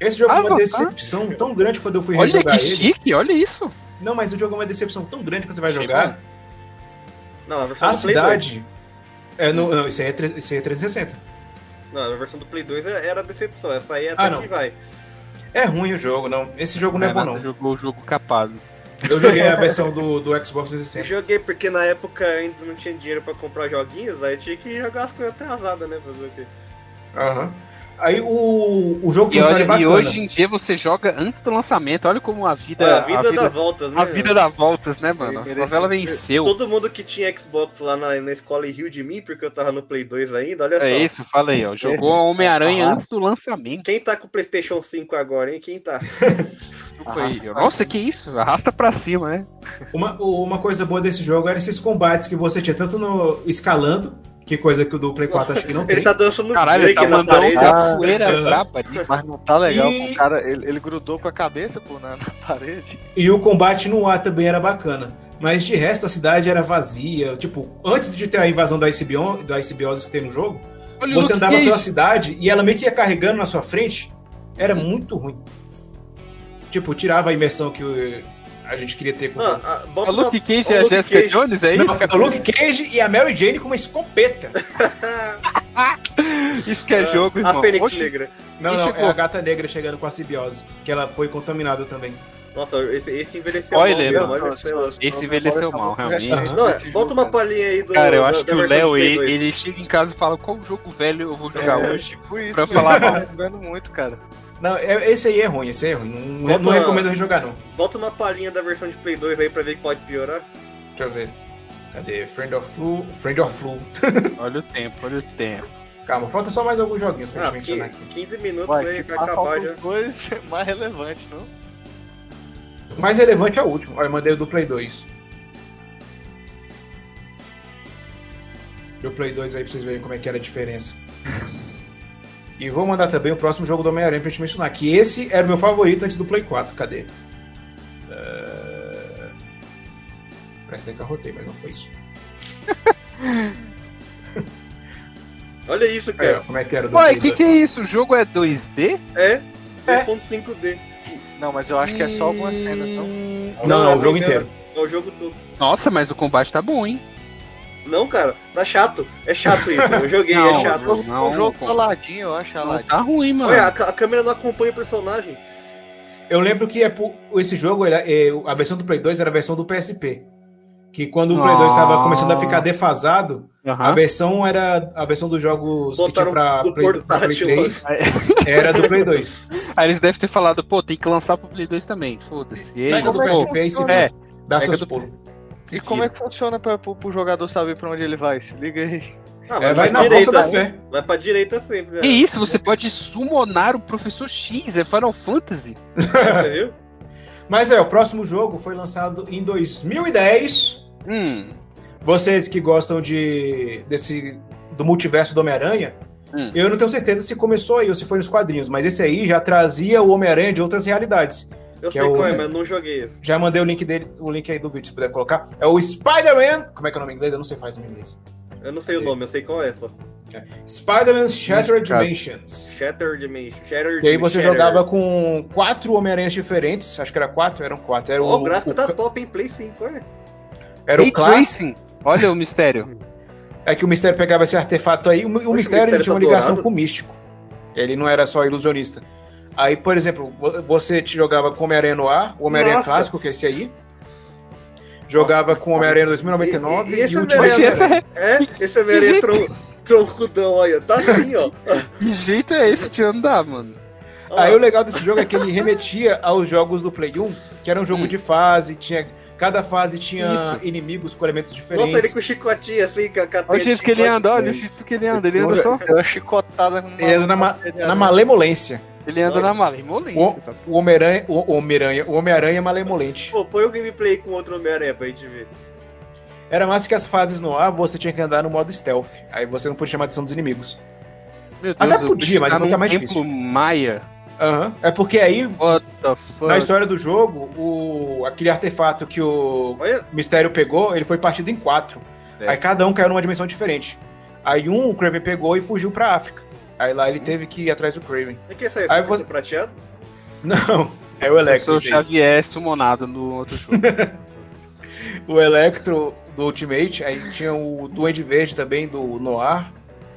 Speaker 3: Esse jogo foi uma
Speaker 4: Avatar?
Speaker 3: decepção tão grande quando eu fui
Speaker 4: Ah? tá. Olha
Speaker 3: rejogar
Speaker 4: que
Speaker 3: ele.
Speaker 4: chique, olha isso.
Speaker 3: Não, mas o jogo é uma decepção tão grande quando você vai
Speaker 4: Achei
Speaker 3: jogar.
Speaker 4: Tá
Speaker 5: Não, a versão
Speaker 3: A
Speaker 5: do Play 2.
Speaker 3: cidade. É, não, não, isso aí é, tre- isso aí é 360.
Speaker 5: Não, a versão do Play 2 é- era decepção. Essa aí até
Speaker 3: Ah, não.
Speaker 5: que vai.
Speaker 3: É ruim o jogo, não. Esse jogo não é bom,
Speaker 4: Renato
Speaker 3: não.
Speaker 4: jogou o jogo capado.
Speaker 3: Eu joguei a versão do, do Xbox
Speaker 5: Eu
Speaker 3: 360.
Speaker 5: joguei porque na época eu ainda não tinha dinheiro pra comprar joguinhos, aí tinha que jogar as coisas atrasadas, né? Fazer o quê?
Speaker 3: Aham. Aí o, o jogo
Speaker 4: E,
Speaker 3: lançado
Speaker 4: olha-
Speaker 3: é bacana.
Speaker 4: e hoje em dia você joga antes do lançamento. Olha como É, a vida.
Speaker 5: a, vida dá
Speaker 4: da...
Speaker 5: voltas, né?
Speaker 4: a vida dá voltas, né, mano? A
Speaker 7: merece-
Speaker 4: novela venceu.
Speaker 5: Todo mundo que tinha Xbox lá na, na escola riu de mim porque eu tava no Play 2 ainda, olha só.
Speaker 4: É isso, fala aí, ó. Jogou a Homem-Aranha
Speaker 3: Ah.
Speaker 4: antes do lançamento.
Speaker 5: Quem tá com o PlayStation 5 agora, hein? Quem tá?
Speaker 4: Chupa aí,
Speaker 3: Ah.
Speaker 4: ó. Nossa, que isso? Arrasta pra cima, né?
Speaker 3: Uma, uma coisa boa desse jogo era esses combates que você tinha, tanto no escalando, que coisa que o do Play 4 acho que não
Speaker 5: Ele
Speaker 3: tem.
Speaker 5: tá dançando
Speaker 4: Caralho, ele
Speaker 5: break
Speaker 4: tá
Speaker 5: na
Speaker 4: mandando
Speaker 5: parede.
Speaker 4: uma capoeira
Speaker 3: Ah.
Speaker 4: braba ali.
Speaker 7: Mas não tá legal,
Speaker 3: E-
Speaker 7: pô, o cara, ele, ele grudou com a cabeça, pô, na, na parede.
Speaker 3: E o combate no ar também era bacana. Mas de resto a cidade era vazia. Tipo, antes de ter a invasão da ICBO, da ICBOS que tem no jogo,
Speaker 4: Olha o é
Speaker 3: você
Speaker 4: Luke
Speaker 3: andava pela
Speaker 4: Cage.
Speaker 3: cidade e ela meio que ia carregando na sua frente. Era muito ruim. Tipo, tirava a imersão que o- a gente queria ter com o
Speaker 5: Ah,
Speaker 3: jogo.
Speaker 5: ah,
Speaker 4: A
Speaker 5: bota
Speaker 4: Luke
Speaker 5: na-
Speaker 4: Cage
Speaker 5: o
Speaker 4: e a
Speaker 5: Luke
Speaker 4: Jessica
Speaker 5: Cage.
Speaker 4: Jones, é
Speaker 3: Não,
Speaker 4: isso?
Speaker 3: o Luke Cage e a Mary Jane com uma escopeta.
Speaker 4: Isso que é jogo,
Speaker 5: A
Speaker 4: irmão.
Speaker 5: Fênix
Speaker 4: Oxe,
Speaker 5: Negra.
Speaker 3: Não,
Speaker 4: E
Speaker 3: não,
Speaker 4: chegou.
Speaker 3: é a gata negra chegando com a simbiose, que ela foi contaminada também.
Speaker 5: Nossa, esse, esse envelheceu
Speaker 4: Spoiler,
Speaker 5: mal.
Speaker 4: né?
Speaker 5: mesmo, olha, sei lá.
Speaker 4: esse envelheceu
Speaker 7: tá
Speaker 4: mal, realmente.
Speaker 3: Aham.
Speaker 5: Não, é, bota uma palhinha aí
Speaker 7: Uhum.
Speaker 5: do.
Speaker 4: Cara, eu
Speaker 5: da-
Speaker 4: acho
Speaker 5: da
Speaker 4: que o
Speaker 5: versão
Speaker 4: Léo,
Speaker 5: do Play
Speaker 4: ele,
Speaker 5: 2.
Speaker 4: ele chega em casa e fala qual jogo velho eu vou jogar
Speaker 5: É.
Speaker 4: hoje.
Speaker 7: Tipo isso,
Speaker 4: Pra
Speaker 7: pô,
Speaker 4: falar
Speaker 7: tá jogando muito, cara.
Speaker 3: Não, é- esse aí é ruim, esse aí é ruim. Não,
Speaker 5: Bota-
Speaker 3: não recomendo rejogar, não.
Speaker 5: Bota uma palhinha da versão de Play 2 aí pra ver que pode piorar.
Speaker 3: Deixa eu ver. Cadê? Friend of Flu. Friend of Flu.
Speaker 4: Olha o tempo, olha o tempo.
Speaker 3: Calma, falta só mais alguns joguinhos pra
Speaker 5: Ah,
Speaker 3: gente mencionar aqui.
Speaker 5: 15 minutos
Speaker 7: Vai,
Speaker 5: aí
Speaker 7: se
Speaker 5: vai
Speaker 7: passar
Speaker 5: acabar
Speaker 7: os
Speaker 5: já.
Speaker 7: dois, é mais relevante, não?
Speaker 3: O mais relevante é o último. Olha, eu mandei o do Play 2. Do Play 2 aí pra vocês verem como é que era a diferença. E vou mandar também o próximo jogo do Homem-Aranha pra gente mencionar, que esse era o meu favorito antes do Play 4. Cadê? Ah, Parece até que eu arrotei, mas não foi isso.
Speaker 5: Olha isso,
Speaker 3: Aí, ó,
Speaker 5: cara.
Speaker 3: como é que era o do
Speaker 4: Ué,
Speaker 3: Play
Speaker 4: o que,
Speaker 3: 2.
Speaker 4: que é isso? O jogo é 2D?
Speaker 5: É.
Speaker 3: É.
Speaker 5: 2.5D.
Speaker 7: Não, mas eu acho que é só algumas cenas, não?
Speaker 3: Não, não, o jogo inteiro.
Speaker 5: É o jogo todo.
Speaker 4: Nossa, mas o combate tá bom, hein?
Speaker 5: Não, cara, tá chato. É chato isso. Eu joguei, é chato.
Speaker 4: não, não,
Speaker 7: o jogo
Speaker 4: pô.
Speaker 7: coladinho, eu acho,
Speaker 4: Não
Speaker 7: aladinho.
Speaker 4: tá ruim, mano.
Speaker 5: Olha, a, ca- a câmera não acompanha o personagem.
Speaker 3: Eu lembro que é por- esse jogo, ele- é, a versão do Play 2 era a versão do PSP. Que quando o Play 2
Speaker 5: Ah.
Speaker 3: estava começando a ficar defasado,
Speaker 4: Aham.
Speaker 3: a versão era a versão dos jogos que tinha
Speaker 5: Botaram
Speaker 3: pra
Speaker 5: do
Speaker 3: Play, pra Play
Speaker 5: portátil,
Speaker 3: 3. Era do Play 2.
Speaker 4: Aí eles devem ter falado, pô, tem que lançar pro Play 2 também. Foda-se. E aí,
Speaker 3: Pega do
Speaker 4: pô,
Speaker 3: PSP e se
Speaker 4: é,
Speaker 3: dá
Speaker 4: pega
Speaker 3: seus
Speaker 4: do-
Speaker 3: pulos.
Speaker 4: se
Speaker 7: E como é
Speaker 4: vira.
Speaker 7: que funciona pra, pro, pro jogador saber pra onde ele vai? Se liga aí.
Speaker 5: Ah,
Speaker 3: É, vai
Speaker 5: pra
Speaker 3: na força da
Speaker 5: direita.
Speaker 3: fé.
Speaker 5: Vai pra direita sempre.
Speaker 4: Que
Speaker 5: né?
Speaker 4: isso? Você pode summonar o Professor X, é Final Fantasy?
Speaker 5: Você viu?
Speaker 3: Mas é, o próximo jogo foi lançado em 2010.
Speaker 4: Hum,
Speaker 3: Vocês que gostam de desse do multiverso do Homem-Aranha,
Speaker 4: Hum.
Speaker 3: eu não tenho certeza se começou aí ou se foi nos quadrinhos, mas esse aí já trazia o Homem-Aranha de outras realidades.
Speaker 5: Eu
Speaker 3: Que
Speaker 5: sei
Speaker 3: é o-
Speaker 5: qual é, mas não joguei esse.
Speaker 3: Já mandei o link dele, o link aí do vídeo, se puder colocar. É o Spider-Man. Como é que é o nome em inglês? Eu não sei faz o nome em inglês.
Speaker 5: Eu não sei o nome, eu sei qual é só.
Speaker 3: Spider-Man Shattered
Speaker 4: Caso.
Speaker 3: Dimensions.
Speaker 5: Shattered Dimension. Shattered
Speaker 3: E aí você
Speaker 5: Shattered.
Speaker 3: jogava com quatro Homem-Aranhas diferentes. Acho que era quatro, eram quatro. Era
Speaker 5: Ó,
Speaker 3: o,
Speaker 5: o gráfico
Speaker 3: o-
Speaker 5: tá top, hein? Play 5, olha.
Speaker 3: era o
Speaker 4: Ray
Speaker 3: clássico.
Speaker 4: Tracing. Olha o mistério.
Speaker 3: É que o Mistério pegava esse artefato aí. O, o Mistério
Speaker 5: o
Speaker 3: ele
Speaker 5: Mistério
Speaker 3: tinha uma
Speaker 5: tá
Speaker 3: ligação
Speaker 5: dourado.
Speaker 3: com o Místico. Ele não era só ilusionista. Aí, por exemplo, vo- você te jogava com o Homem-Aranha no ar, o Homem-Aranha
Speaker 5: Nossa.
Speaker 3: clássico, que é esse aí. Jogava com o Homem-Aranha 2099
Speaker 5: E-
Speaker 3: e,
Speaker 5: e- e esse
Speaker 3: o último
Speaker 4: Mas
Speaker 5: Homem-Aranha-
Speaker 3: Homem-Aranha.
Speaker 4: essa é...
Speaker 5: É, esse é meio
Speaker 4: jeito-
Speaker 5: tron, troncudão aí, ó. Tá assim, ó.
Speaker 4: Que jeito é esse de andar, mano?
Speaker 5: Ó lá.
Speaker 3: Aí o legal desse jogo é que ele remetia aos jogos do Play 1, que era um jogo
Speaker 4: Hum.
Speaker 3: de fase, tinha cada fase tinha
Speaker 4: Isso.
Speaker 3: inimigos com elementos
Speaker 5: Nossa, ele
Speaker 3: diferentes.
Speaker 5: com chicotinho assim, com a cadeia.
Speaker 4: Olha o jeito que ele anda, olha o jeito que ele anda. Ele anda só.
Speaker 7: Deu uma chicotada no
Speaker 3: Ele anda na, ma- na malemolência.
Speaker 4: Ele anda na mala. Imolência, sabe?
Speaker 3: O Homem-Aranha, o Homem-Aranha, o Homem-Aranha malemolente.
Speaker 5: Pô, põe o gameplay com outro Homem-Aranha pra gente ver.
Speaker 3: Era mais que as fases no ar, você tinha que andar no modo stealth. Aí você não podia chamar a atenção dos inimigos.
Speaker 4: Meu Deus,
Speaker 3: Até
Speaker 4: eu vou
Speaker 3: podia, mas
Speaker 4: chegar
Speaker 3: nunca
Speaker 4: num
Speaker 3: mais
Speaker 4: templo
Speaker 3: difícil.
Speaker 4: maia.
Speaker 3: Aham. É porque aí,
Speaker 4: What the fuck?
Speaker 3: na história do jogo, o aquele artefato que o
Speaker 5: Olha,
Speaker 3: Mistério pegou, ele foi partido em quatro.
Speaker 4: É.
Speaker 3: Aí cada um caiu numa dimensão diferente. Aí um, o Kraven pegou e fugiu pra África. Aí lá ele teve que ir atrás do Kraven.
Speaker 5: o que é isso aí?
Speaker 3: Aí
Speaker 5: Você
Speaker 3: você-
Speaker 5: prateado?
Speaker 3: Não, é o
Speaker 4: Eu sou
Speaker 3: Electro.
Speaker 4: o é
Speaker 3: gente.
Speaker 4: Xavier sumonado no outro jogo.
Speaker 3: o Electro do Ultimate, aí tinha o Duende Verde também, do Noir.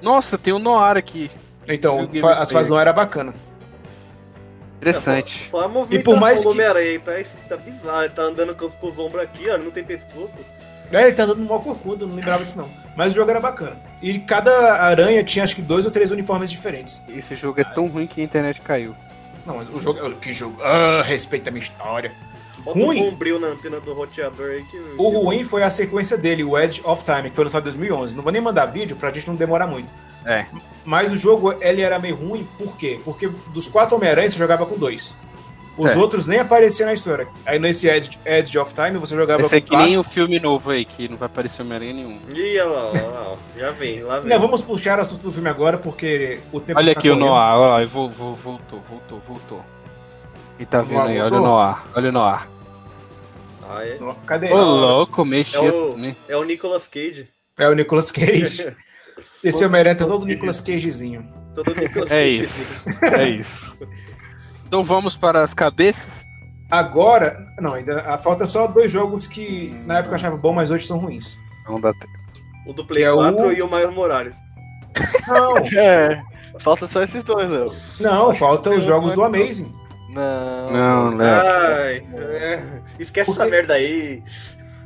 Speaker 4: Nossa, tem o Noir aqui.
Speaker 3: Então,
Speaker 4: Joguei
Speaker 3: fa-
Speaker 4: muito
Speaker 3: as fases
Speaker 4: bem.
Speaker 3: Noir era bacana.
Speaker 4: Interessante.
Speaker 5: Só a movimentação
Speaker 3: por mais
Speaker 5: do
Speaker 3: que-
Speaker 5: Homem-Aranha, tá, Isso tá bizarro. Ele tá andando com os, com os ombros aqui, ó, ele não tem pescoço.
Speaker 3: É, ele tá dando mó corcunda, não lembrava disso não. Mas o jogo era bacana. E cada aranha tinha acho que dois ou três uniformes diferentes.
Speaker 4: Esse jogo é tão ruim que a internet caiu.
Speaker 3: Não, mas o jogo. Que jogo? Ah, respeita a minha história.
Speaker 5: Bota
Speaker 3: Ruim.
Speaker 5: um bombril na antena do roteador aí que.
Speaker 3: O ruim foi a sequência dele, o Edge of Time, que foi lançado em 2011. Não vou nem mandar vídeo pra gente não demorar muito.
Speaker 4: É.
Speaker 3: Mas o jogo, ele era meio ruim, por quê? Porque dos quatro Homem-Aranha, você jogava com dois. Os
Speaker 4: É.
Speaker 3: outros nem apareciam na história. Aí nesse Edge, Edge of Time, você jogava
Speaker 4: Esse é
Speaker 3: com
Speaker 4: que nem
Speaker 3: Clássico.
Speaker 4: o filme novo aí, que não vai aparecer Homem-Aranha nenhum.
Speaker 5: Ih, olha lá, olha lá, ó. já vem, lá vem.
Speaker 3: Não, vamos puxar o assunto do filme agora, porque o tempo
Speaker 4: Olha
Speaker 3: está
Speaker 4: aqui o
Speaker 3: correndo.
Speaker 4: Noah, olha lá, eu vou- vou- voltou, voltou, voltou. Quem tá
Speaker 3: O
Speaker 4: vendo aí?
Speaker 3: Noah
Speaker 4: Olha o
Speaker 3: voltou?
Speaker 4: Noah, olha o Noah.
Speaker 5: Ah, é.
Speaker 3: Cadê?
Speaker 4: Ô louco, mexia.
Speaker 5: É o-
Speaker 4: né?
Speaker 5: é o Nicolas Cage.
Speaker 3: É o Nicolas Cage. Esse Homem-Aranha tá todo Nicolas Cagezinho.
Speaker 5: Todo Nicolas
Speaker 4: É
Speaker 5: Cage.
Speaker 4: isso, é isso. Então vamos para as cabeças.
Speaker 3: Agora, não, ainda a falta só dois jogos que na época eu achava bom, mas hoje são ruins.
Speaker 4: Não dá tempo.
Speaker 5: O do Play
Speaker 3: Que é o-
Speaker 5: 4 e o Miles Morales.
Speaker 3: Não,
Speaker 7: É. Falta só esses dois, Léo.
Speaker 3: não, falta os jogos do Amazing.
Speaker 7: Não.
Speaker 4: Não, Léo.
Speaker 5: Ai, é. esquece
Speaker 3: Porque-
Speaker 5: essa merda aí.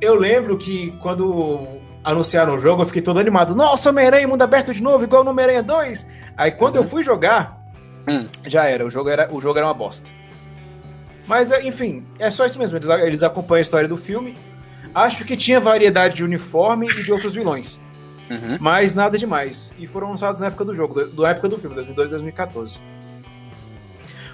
Speaker 3: Eu lembro que quando anunciaram o jogo, eu fiquei todo animado. Nossa, Homem-Aranha, mundo aberto de novo, igual no Homem-Aranha 2. Aí quando eu fui jogar,
Speaker 4: Hum.
Speaker 3: já era, o jogo era, o jogo era uma bosta. Mas, é, enfim, é só isso mesmo. Eles, eles acompanham a história do filme. Acho que tinha variedade de uniforme e de outros vilões.
Speaker 4: Uhum.
Speaker 3: Mas nada demais. E foram lançados na época do jogo, do- da época do filme, 2002 2014.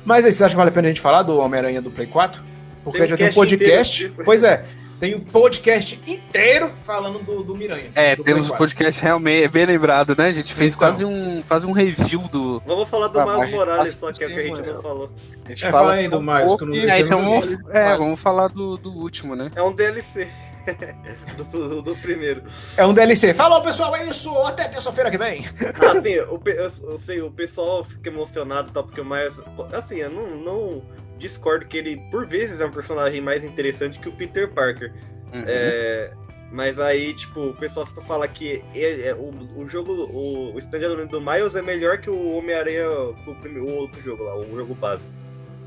Speaker 3: Mas aí, vocês acham que vale a pena a gente falar do Homem-Aranha do Play 4? Porque
Speaker 5: Tem um
Speaker 3: já tem um
Speaker 5: cast
Speaker 3: podcast.
Speaker 5: inteiro disso.
Speaker 3: pois é, tem um podcast inteiro falando do, do Miranha.
Speaker 4: É,
Speaker 3: do Play
Speaker 4: temos um
Speaker 3: 4.
Speaker 4: podcast realmente bem lembrado, né? A gente fez
Speaker 3: Então.
Speaker 4: quase, um, quase um review do.
Speaker 5: Vamos falar do
Speaker 7: Ah,
Speaker 5: Miles
Speaker 7: mas-
Speaker 5: Morales,
Speaker 7: mas-
Speaker 5: só que é o que a gente não falou.
Speaker 7: A gente
Speaker 3: É, fala aí do
Speaker 7: um
Speaker 3: Miles,
Speaker 7: pouco
Speaker 3: que eu não
Speaker 7: e-
Speaker 3: Isso
Speaker 4: É,
Speaker 3: eu
Speaker 4: então
Speaker 3: nunca
Speaker 4: vamos,
Speaker 7: vi.
Speaker 4: é, vamos falar do, do último, né?
Speaker 5: É um DLC do, do primeiro.
Speaker 3: É um DLC. Falou, pessoal, é isso. Até terça-feira que vem.
Speaker 5: Ah, Assim, o, pe- eu, eu sei, o pessoal fica emocionado e tal, porque o Miles. Assim, eu não, não discordo que ele, por vezes, é um personagem mais interessante que o Peter Parker.
Speaker 4: Uhum.
Speaker 5: É, mas aí, tipo, o pessoal fica fala que é- é o, o jogo, o, o Standalone do Miles é melhor que o Homem-Aranha, o, prime- o outro jogo lá, o jogo base.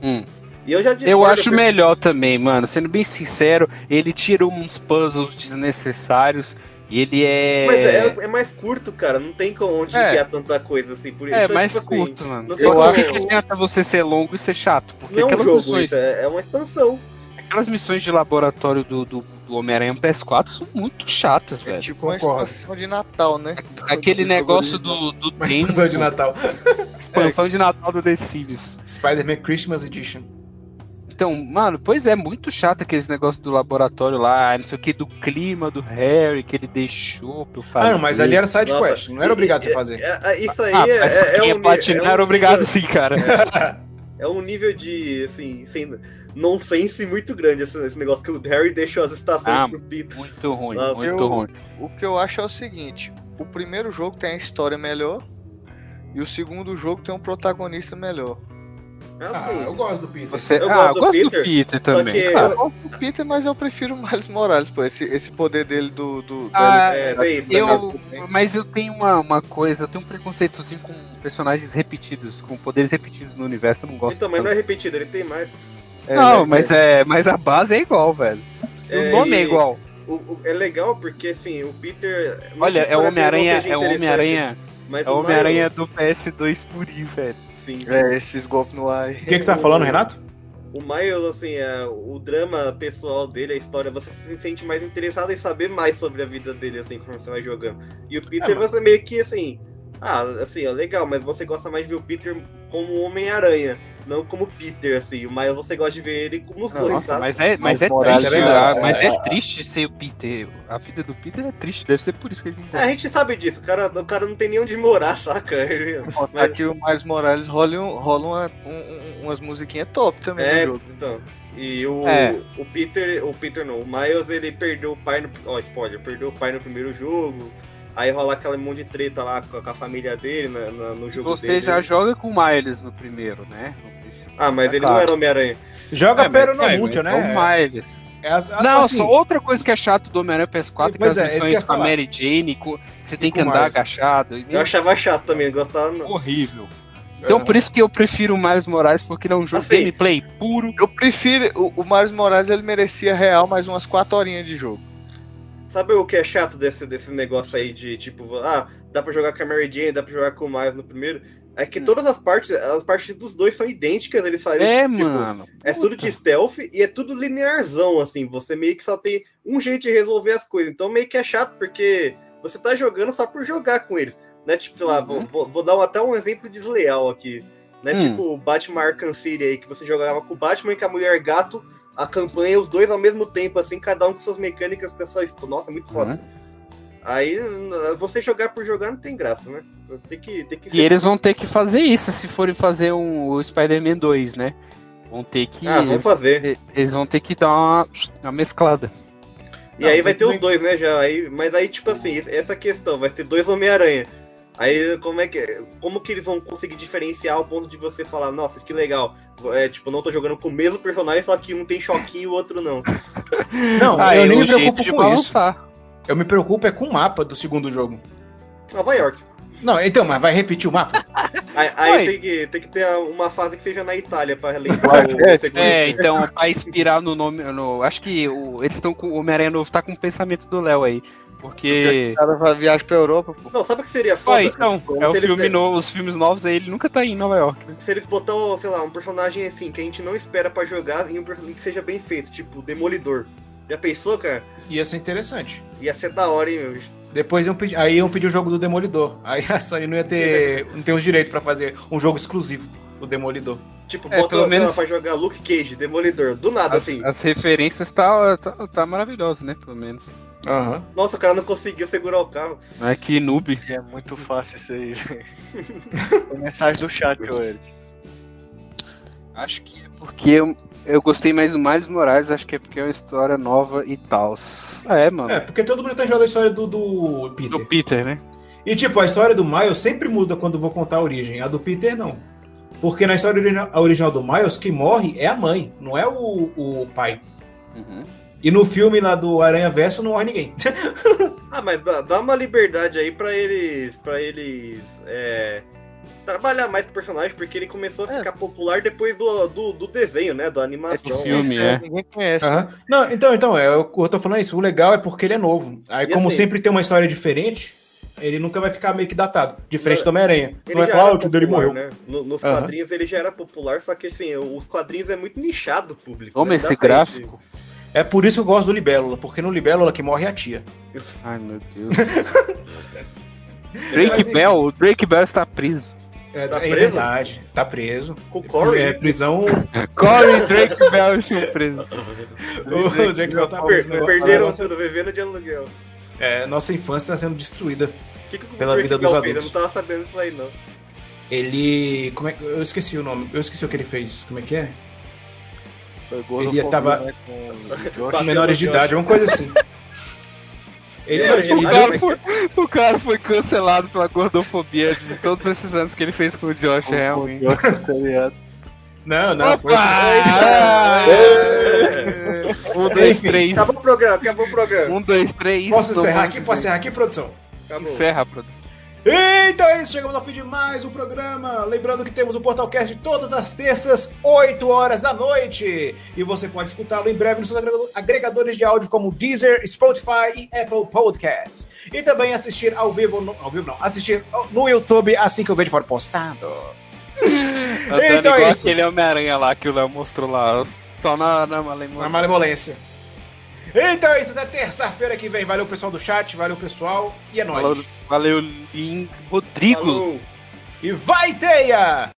Speaker 4: Hum.
Speaker 5: E eu já
Speaker 4: Eu
Speaker 5: discordo,
Speaker 4: acho
Speaker 5: porque-
Speaker 4: melhor também, mano. Sendo bem sincero, ele tira uns puzzles desnecessários e ele é.
Speaker 5: Mas é, é mais curto, cara, não tem como onde
Speaker 4: É.
Speaker 5: enfiar tanta coisa assim. Por,
Speaker 4: É
Speaker 5: então,
Speaker 4: mais
Speaker 5: tipo assim,
Speaker 4: curto, mano.
Speaker 5: não
Speaker 4: Só
Speaker 5: tem
Speaker 4: que o que,
Speaker 5: como-
Speaker 4: que adianta você ser longo e ser chato? Porque
Speaker 5: Não é um
Speaker 4: aquelas,
Speaker 5: jogo,
Speaker 4: missões,
Speaker 5: isso, é, é uma expansão.
Speaker 4: aquelas missões de laboratório do, do, do Homem-Aranha no PS4 são muito chatas,
Speaker 7: É
Speaker 4: velho.
Speaker 7: tipo uma
Speaker 3: Concordo.
Speaker 7: expansão de Natal, né?
Speaker 4: Aquele
Speaker 7: Jogo
Speaker 4: negócio
Speaker 7: original.
Speaker 4: do, do
Speaker 3: Uma
Speaker 4: tempo,
Speaker 3: expansão de Natal.
Speaker 4: expansão de Natal do The Sims.
Speaker 3: Spider-Man Christmas Edition.
Speaker 4: Então, mano, pois é, muito chato aqueles negócios do laboratório lá, não sei o que, do clima do Harry que ele deixou pra eu fazer.
Speaker 3: Ah, não, mas ali era side
Speaker 5: Nossa,
Speaker 3: quest. Não era obrigado você fazer.
Speaker 5: É- é- isso aí
Speaker 4: Ah,
Speaker 5: é,
Speaker 4: mas
Speaker 5: é, é
Speaker 4: quem é,
Speaker 5: um,
Speaker 4: platina
Speaker 5: é um
Speaker 4: era obrigado
Speaker 5: nível-
Speaker 4: sim, cara.
Speaker 5: É um nível de, assim, sem, nonsense muito grande assim, esse, esse negócio que o Harry deixou as estações
Speaker 4: Ah,
Speaker 5: pro Peter.
Speaker 4: Muito ruim,
Speaker 5: Nossa,
Speaker 4: muito
Speaker 7: eu-
Speaker 4: ruim.
Speaker 7: O que eu acho é o seguinte: o primeiro jogo tem a história melhor. E o segundo jogo tem um protagonista melhor.
Speaker 5: É
Speaker 3: Ah, eu
Speaker 5: assim,
Speaker 3: gosto do Peter.
Speaker 4: Você...
Speaker 5: eu
Speaker 4: ah,
Speaker 5: gosto do
Speaker 4: eu gosto do
Speaker 5: Peter,
Speaker 4: Peter
Speaker 5: só
Speaker 4: também. Ah,
Speaker 5: que
Speaker 4: claro.
Speaker 7: Eu gosto do Peter, mas eu prefiro o Miles Morales, pô. Esse, esse poder dele do. do
Speaker 4: Ah,
Speaker 5: é,
Speaker 7: do-
Speaker 5: tem isso também.
Speaker 4: Eu, mas eu tenho uma, uma coisa, eu tenho um preconceitozinho com personagens repetidos, com poderes repetidos no universo, eu não gosto.
Speaker 5: Então, mas não
Speaker 4: tanto.
Speaker 5: é repetido, ele tem mais.
Speaker 7: é,
Speaker 4: Não,
Speaker 7: né?
Speaker 4: mas é, mas a base é igual, velho.
Speaker 5: É,
Speaker 4: o nome é
Speaker 5: e
Speaker 4: igual.
Speaker 5: o- o- é legal porque, assim, o Peter. não
Speaker 4: Olha,
Speaker 5: que
Speaker 4: é o
Speaker 5: para
Speaker 4: Homem-Aranha,
Speaker 5: não seja
Speaker 4: é o
Speaker 5: interessante,
Speaker 4: Homem-Aranha,
Speaker 5: Mas
Speaker 4: é o Homem-Aranha do PS2 purinho, velho.
Speaker 5: Miles, Sim.
Speaker 7: É, esses golpes no ar.
Speaker 3: O que, que você tá falando, Renato?
Speaker 5: O Miles, assim, é, o drama pessoal dele, a história, você se sente mais interessado em saber mais sobre a vida dele, assim, conforme você vai jogando. E o Peter,
Speaker 3: É, mas-
Speaker 5: você meio que, assim, ah, assim, é legal, mas você gosta mais de ver o Peter como Homem-Aranha, não como Peter, assim. O Miles, você gosta de ver ele como os dois,
Speaker 4: Nossa,
Speaker 5: sabe?
Speaker 4: mas é, mas é
Speaker 7: Morales
Speaker 4: triste,
Speaker 3: é legal,
Speaker 4: ah,
Speaker 3: é
Speaker 4: mas é triste ser o Peter. A vida do Peter é triste, deve ser por isso que ele não
Speaker 5: É, a gente sabe disso, o cara, o cara não tem nem onde morar, saca? Ele-
Speaker 7: Mas... tá Aqui o Miles Morales rola, um- rola uma- um- um- umas musiquinhas top também
Speaker 5: É,
Speaker 7: no jogo.
Speaker 5: então. E o,
Speaker 4: É.
Speaker 5: o Peter, o Peter não, o Miles ele perdeu o pai no. Ó, spoiler, perdeu o pai no primeiro jogo. Aí rola aquele monte de treta lá com a, com a família dele na- na- no jogo
Speaker 4: Você
Speaker 5: dele. é-
Speaker 4: já joga com o Miles no primeiro, né? No primeiro.
Speaker 5: Ah, mas ele
Speaker 4: claro.
Speaker 5: não era Homem-Aranha.
Speaker 3: Joga
Speaker 4: É,
Speaker 3: Pero
Speaker 4: mas-
Speaker 3: no
Speaker 4: é,
Speaker 3: Mucho,
Speaker 4: mas é
Speaker 3: né?
Speaker 4: O Miles.
Speaker 3: É as- a-
Speaker 4: Não,
Speaker 3: assim,
Speaker 4: só outra coisa que é chato do Homem-Aranha PS4 é que
Speaker 3: Pois
Speaker 4: as
Speaker 3: é, esse que eu
Speaker 4: missões
Speaker 3: ia
Speaker 4: com a
Speaker 3: falar.
Speaker 4: Mary Jane, co- que você tem
Speaker 3: E
Speaker 4: que
Speaker 3: com
Speaker 4: andar
Speaker 3: Miles.
Speaker 4: agachado.
Speaker 5: Eu achava chato também, não gostava não.
Speaker 4: horrível.
Speaker 3: É.
Speaker 4: Então por isso que eu prefiro o Miles Morales, porque ele é um jogo
Speaker 5: Assim.
Speaker 4: gameplay
Speaker 3: tipo,
Speaker 4: puro.
Speaker 7: Eu prefiro. O, o Mário Moraes ele merecia real mais umas 4 horinhas de jogo.
Speaker 5: Sabe o que é chato desse, desse negócio aí de tipo, ah, dá pra jogar com a Mary Jane, dá pra jogar com o Miles no primeiro? É
Speaker 4: Hum.
Speaker 5: que todas as partes, as partes dos dois são idênticas, eles fazem.
Speaker 4: É,
Speaker 5: tipo,
Speaker 4: mano.
Speaker 5: É tudo de stealth e é tudo linearzão, assim. Você meio que só tem um jeito de resolver as coisas. Então meio que é chato, porque você tá jogando só por jogar com eles. Né? Tipo, sei lá, vou-
Speaker 4: Uhum.
Speaker 5: vou, vou dar um- até um exemplo desleal aqui. Né?
Speaker 4: Hum.
Speaker 5: Tipo o Batman Arkham City aí, que você jogava com o Batman e com a Mulher Gato, a campanha, os dois ao mesmo tempo, assim, cada um com suas mecânicas, com essa... histó- Nossa, é muito foda.
Speaker 4: Uhum.
Speaker 5: Aí n- você jogar por jogar não tem graça, né? Tem que... Tem que
Speaker 4: E eles vão ter que fazer isso se forem fazer um, o Spider-Man 2, né? Vão ter que.
Speaker 5: Ah, vou
Speaker 4: eles,
Speaker 5: fazer.
Speaker 4: eles vão ter que dar uma, uma mesclada.
Speaker 5: E
Speaker 3: Não,
Speaker 5: aí vai
Speaker 3: tudo
Speaker 5: ter
Speaker 3: bem.
Speaker 5: os dois, né, já. Aí, mas aí, tipo assim, es- essa questão, vai ter dois Homem-Aranha. Aí como é que. Como que eles vão conseguir diferenciar ao ponto de você falar, nossa, que legal. É, tipo, não tô jogando com o mesmo personagem, só que um tem choquinho e o outro não.
Speaker 3: Não,
Speaker 4: Ah,
Speaker 3: eu
Speaker 4: é
Speaker 3: nem
Speaker 4: um
Speaker 3: me
Speaker 4: jeito
Speaker 3: preocupo
Speaker 4: de
Speaker 3: com isso.
Speaker 4: balançar.
Speaker 3: Eu me preocupo é com o mapa do segundo jogo.
Speaker 5: Nova York.
Speaker 3: Não, então, mas vai repetir o mapa?
Speaker 5: Aí, aí
Speaker 4: Oi.
Speaker 5: tem, que, tem que ter uma fase que seja na Itália pra relembrar o
Speaker 7: É,
Speaker 5: sequência.
Speaker 4: É, então, pra inspirar no nome. No, acho que o- eles estão com. O Homem-Aranha Novo tá com o pensamento do Léo aí. Porque.
Speaker 7: O cara vai viajar pra Europa, pô.
Speaker 5: Não, sabe o que seria foda?
Speaker 4: Ué, então,
Speaker 5: Como
Speaker 4: é o
Speaker 5: se eles-
Speaker 4: filme novo, os filmes novos aí, ele nunca tá em Nova York.
Speaker 5: Se eles botam, sei lá, um personagem assim, que a gente não espera pra jogar e um personagem que seja bem feito, tipo, Demolidor. Já pensou, cara?
Speaker 3: Ia ser interessante.
Speaker 5: Ia ser da hora, hein, meu?
Speaker 3: Depois iam pedir, aí iam pedir o jogo do Demolidor. Aí a Sony não ia ter, não tem os direitos pra fazer um jogo exclusivo do Demolidor.
Speaker 5: Tipo,
Speaker 4: É,
Speaker 5: bota
Speaker 4: pelo
Speaker 5: sei lá,
Speaker 4: menos-
Speaker 5: pra jogar Luke Cage, Demolidor, do nada,
Speaker 4: As,
Speaker 5: assim.
Speaker 4: as referências tá, tá, tá maravilhosa, né? Pelo menos.
Speaker 3: Aham.
Speaker 5: Nossa, o cara não conseguiu segurar o carro.
Speaker 4: Não é que noob.
Speaker 7: É muito fácil isso aí, velho. Foi mensagem do chat, ô Eric.
Speaker 4: Acho que é porque eu, eu gostei mais do Miles Morales, acho que é porque é uma história nova e tal. É, mano.
Speaker 3: É, porque todo mundo tá jogando a história do, do Peter.
Speaker 4: Do Peter, né?
Speaker 3: E tipo, a história do Miles sempre muda quando vou contar a origem. A do Peter não. Porque na história origina- a original do Miles, quem morre é a mãe, não é o, o pai.
Speaker 4: Uhum.
Speaker 3: E no filme lá do Aranha Verso não morre ninguém.
Speaker 5: Ah, mas dá, dá uma liberdade aí pra eles. para eles. É, trabalhar mais com o personagem, porque ele começou
Speaker 3: É.
Speaker 5: a ficar popular depois do, do, do desenho, né? Da
Speaker 4: Do
Speaker 5: animação.
Speaker 4: filme, é.
Speaker 7: Ninguém conhece.
Speaker 3: Aham. Não, então, então, é, eu, eu tô falando isso. O legal é porque ele é novo. Aí,
Speaker 5: E
Speaker 3: como
Speaker 5: assim-
Speaker 3: sempre tem uma história diferente, ele nunca vai ficar meio que datado. Diferente do Homem-Aranha. Tu
Speaker 5: Ele
Speaker 3: vai
Speaker 5: já
Speaker 3: falar,
Speaker 5: era
Speaker 3: ah, o tio dele
Speaker 5: popular,
Speaker 3: morreu.
Speaker 5: Né? No- nos
Speaker 3: Aham.
Speaker 5: quadrinhos ele já era popular, só que assim, os quadrinhos é muito nichado o público.
Speaker 4: Toma
Speaker 5: né?
Speaker 4: esse
Speaker 5: Dá pra
Speaker 4: gráfico.
Speaker 3: É por isso que eu gosto do Libélula, porque no Libélula que morre é a tia.
Speaker 4: Ai, meu Deus. Drake
Speaker 3: Mas,
Speaker 4: Bell, o Drake Bell está preso.
Speaker 3: É,
Speaker 5: Tá
Speaker 3: é
Speaker 5: preso?
Speaker 3: verdade. Tá preso.
Speaker 5: gente- Com o Corey.
Speaker 3: É prisão.
Speaker 4: Corey Drake Bell está preso.
Speaker 3: o Drake Bell tá
Speaker 5: Per-
Speaker 3: preso. né?
Speaker 5: perderam o seu vivendo de aluguel. O
Speaker 3: É, nossa infância tá sendo destruída.
Speaker 5: que, que o
Speaker 3: Pela
Speaker 5: Drake
Speaker 3: vida
Speaker 5: Bell
Speaker 3: dos
Speaker 5: fez? Eu não
Speaker 3: adultos.
Speaker 5: tava sabendo disso aí, não.
Speaker 3: Ele. Como é que. Eu esqueci o nome. Eu esqueci o que ele fez. Como é que é?
Speaker 7: Foi
Speaker 3: Ele ia tava-
Speaker 7: né, com o Josh.
Speaker 5: Bateu
Speaker 3: Menores de
Speaker 5: no
Speaker 3: idade, alguma coisa assim. Ele,
Speaker 5: É,
Speaker 3: ele-
Speaker 4: O cara, foi, o cara foi cancelado pela gordofobia de todos esses anos que ele fez com o Josh,
Speaker 7: com o
Speaker 4: realmente.
Speaker 7: Josh tá no seriado.
Speaker 3: Não, não. foi-
Speaker 4: Ah! Um, dois,
Speaker 3: Enfim, tá
Speaker 4: três.
Speaker 5: Acabou o programa, acabou o programa.
Speaker 4: Um, dois, três.
Speaker 3: Posso
Speaker 4: não
Speaker 3: encerrar
Speaker 4: vamos
Speaker 3: aqui?
Speaker 4: dizer.
Speaker 3: Posso encerrar aqui, produção?
Speaker 5: Acabou.
Speaker 4: Encerra, produção.
Speaker 3: Então é isso, chegamos ao fim de mais um programa. Lembrando que temos o Portalcast de todas as terças, 8 horas da noite. E você pode escutá-lo em breve nos seus agrego- agregadores de áudio como Deezer, Spotify e Apple Podcasts. E também assistir ao vivo, no, ao vivo não, assistir no YouTube assim que eu vejo for postado.
Speaker 4: Andando
Speaker 3: Então é
Speaker 4: igual
Speaker 3: isso.
Speaker 4: aquele Homem-Aranha lá que o Léo mostrou lá. Só na, na Malemolência.
Speaker 3: Uma malemolência. Então é isso, até terça-feira que vem. Valeu pessoal do chat, valeu pessoal e é nóis.
Speaker 4: Valeu, valeu Lin- Rodrigo.
Speaker 5: Falou.
Speaker 3: E vai, Teia!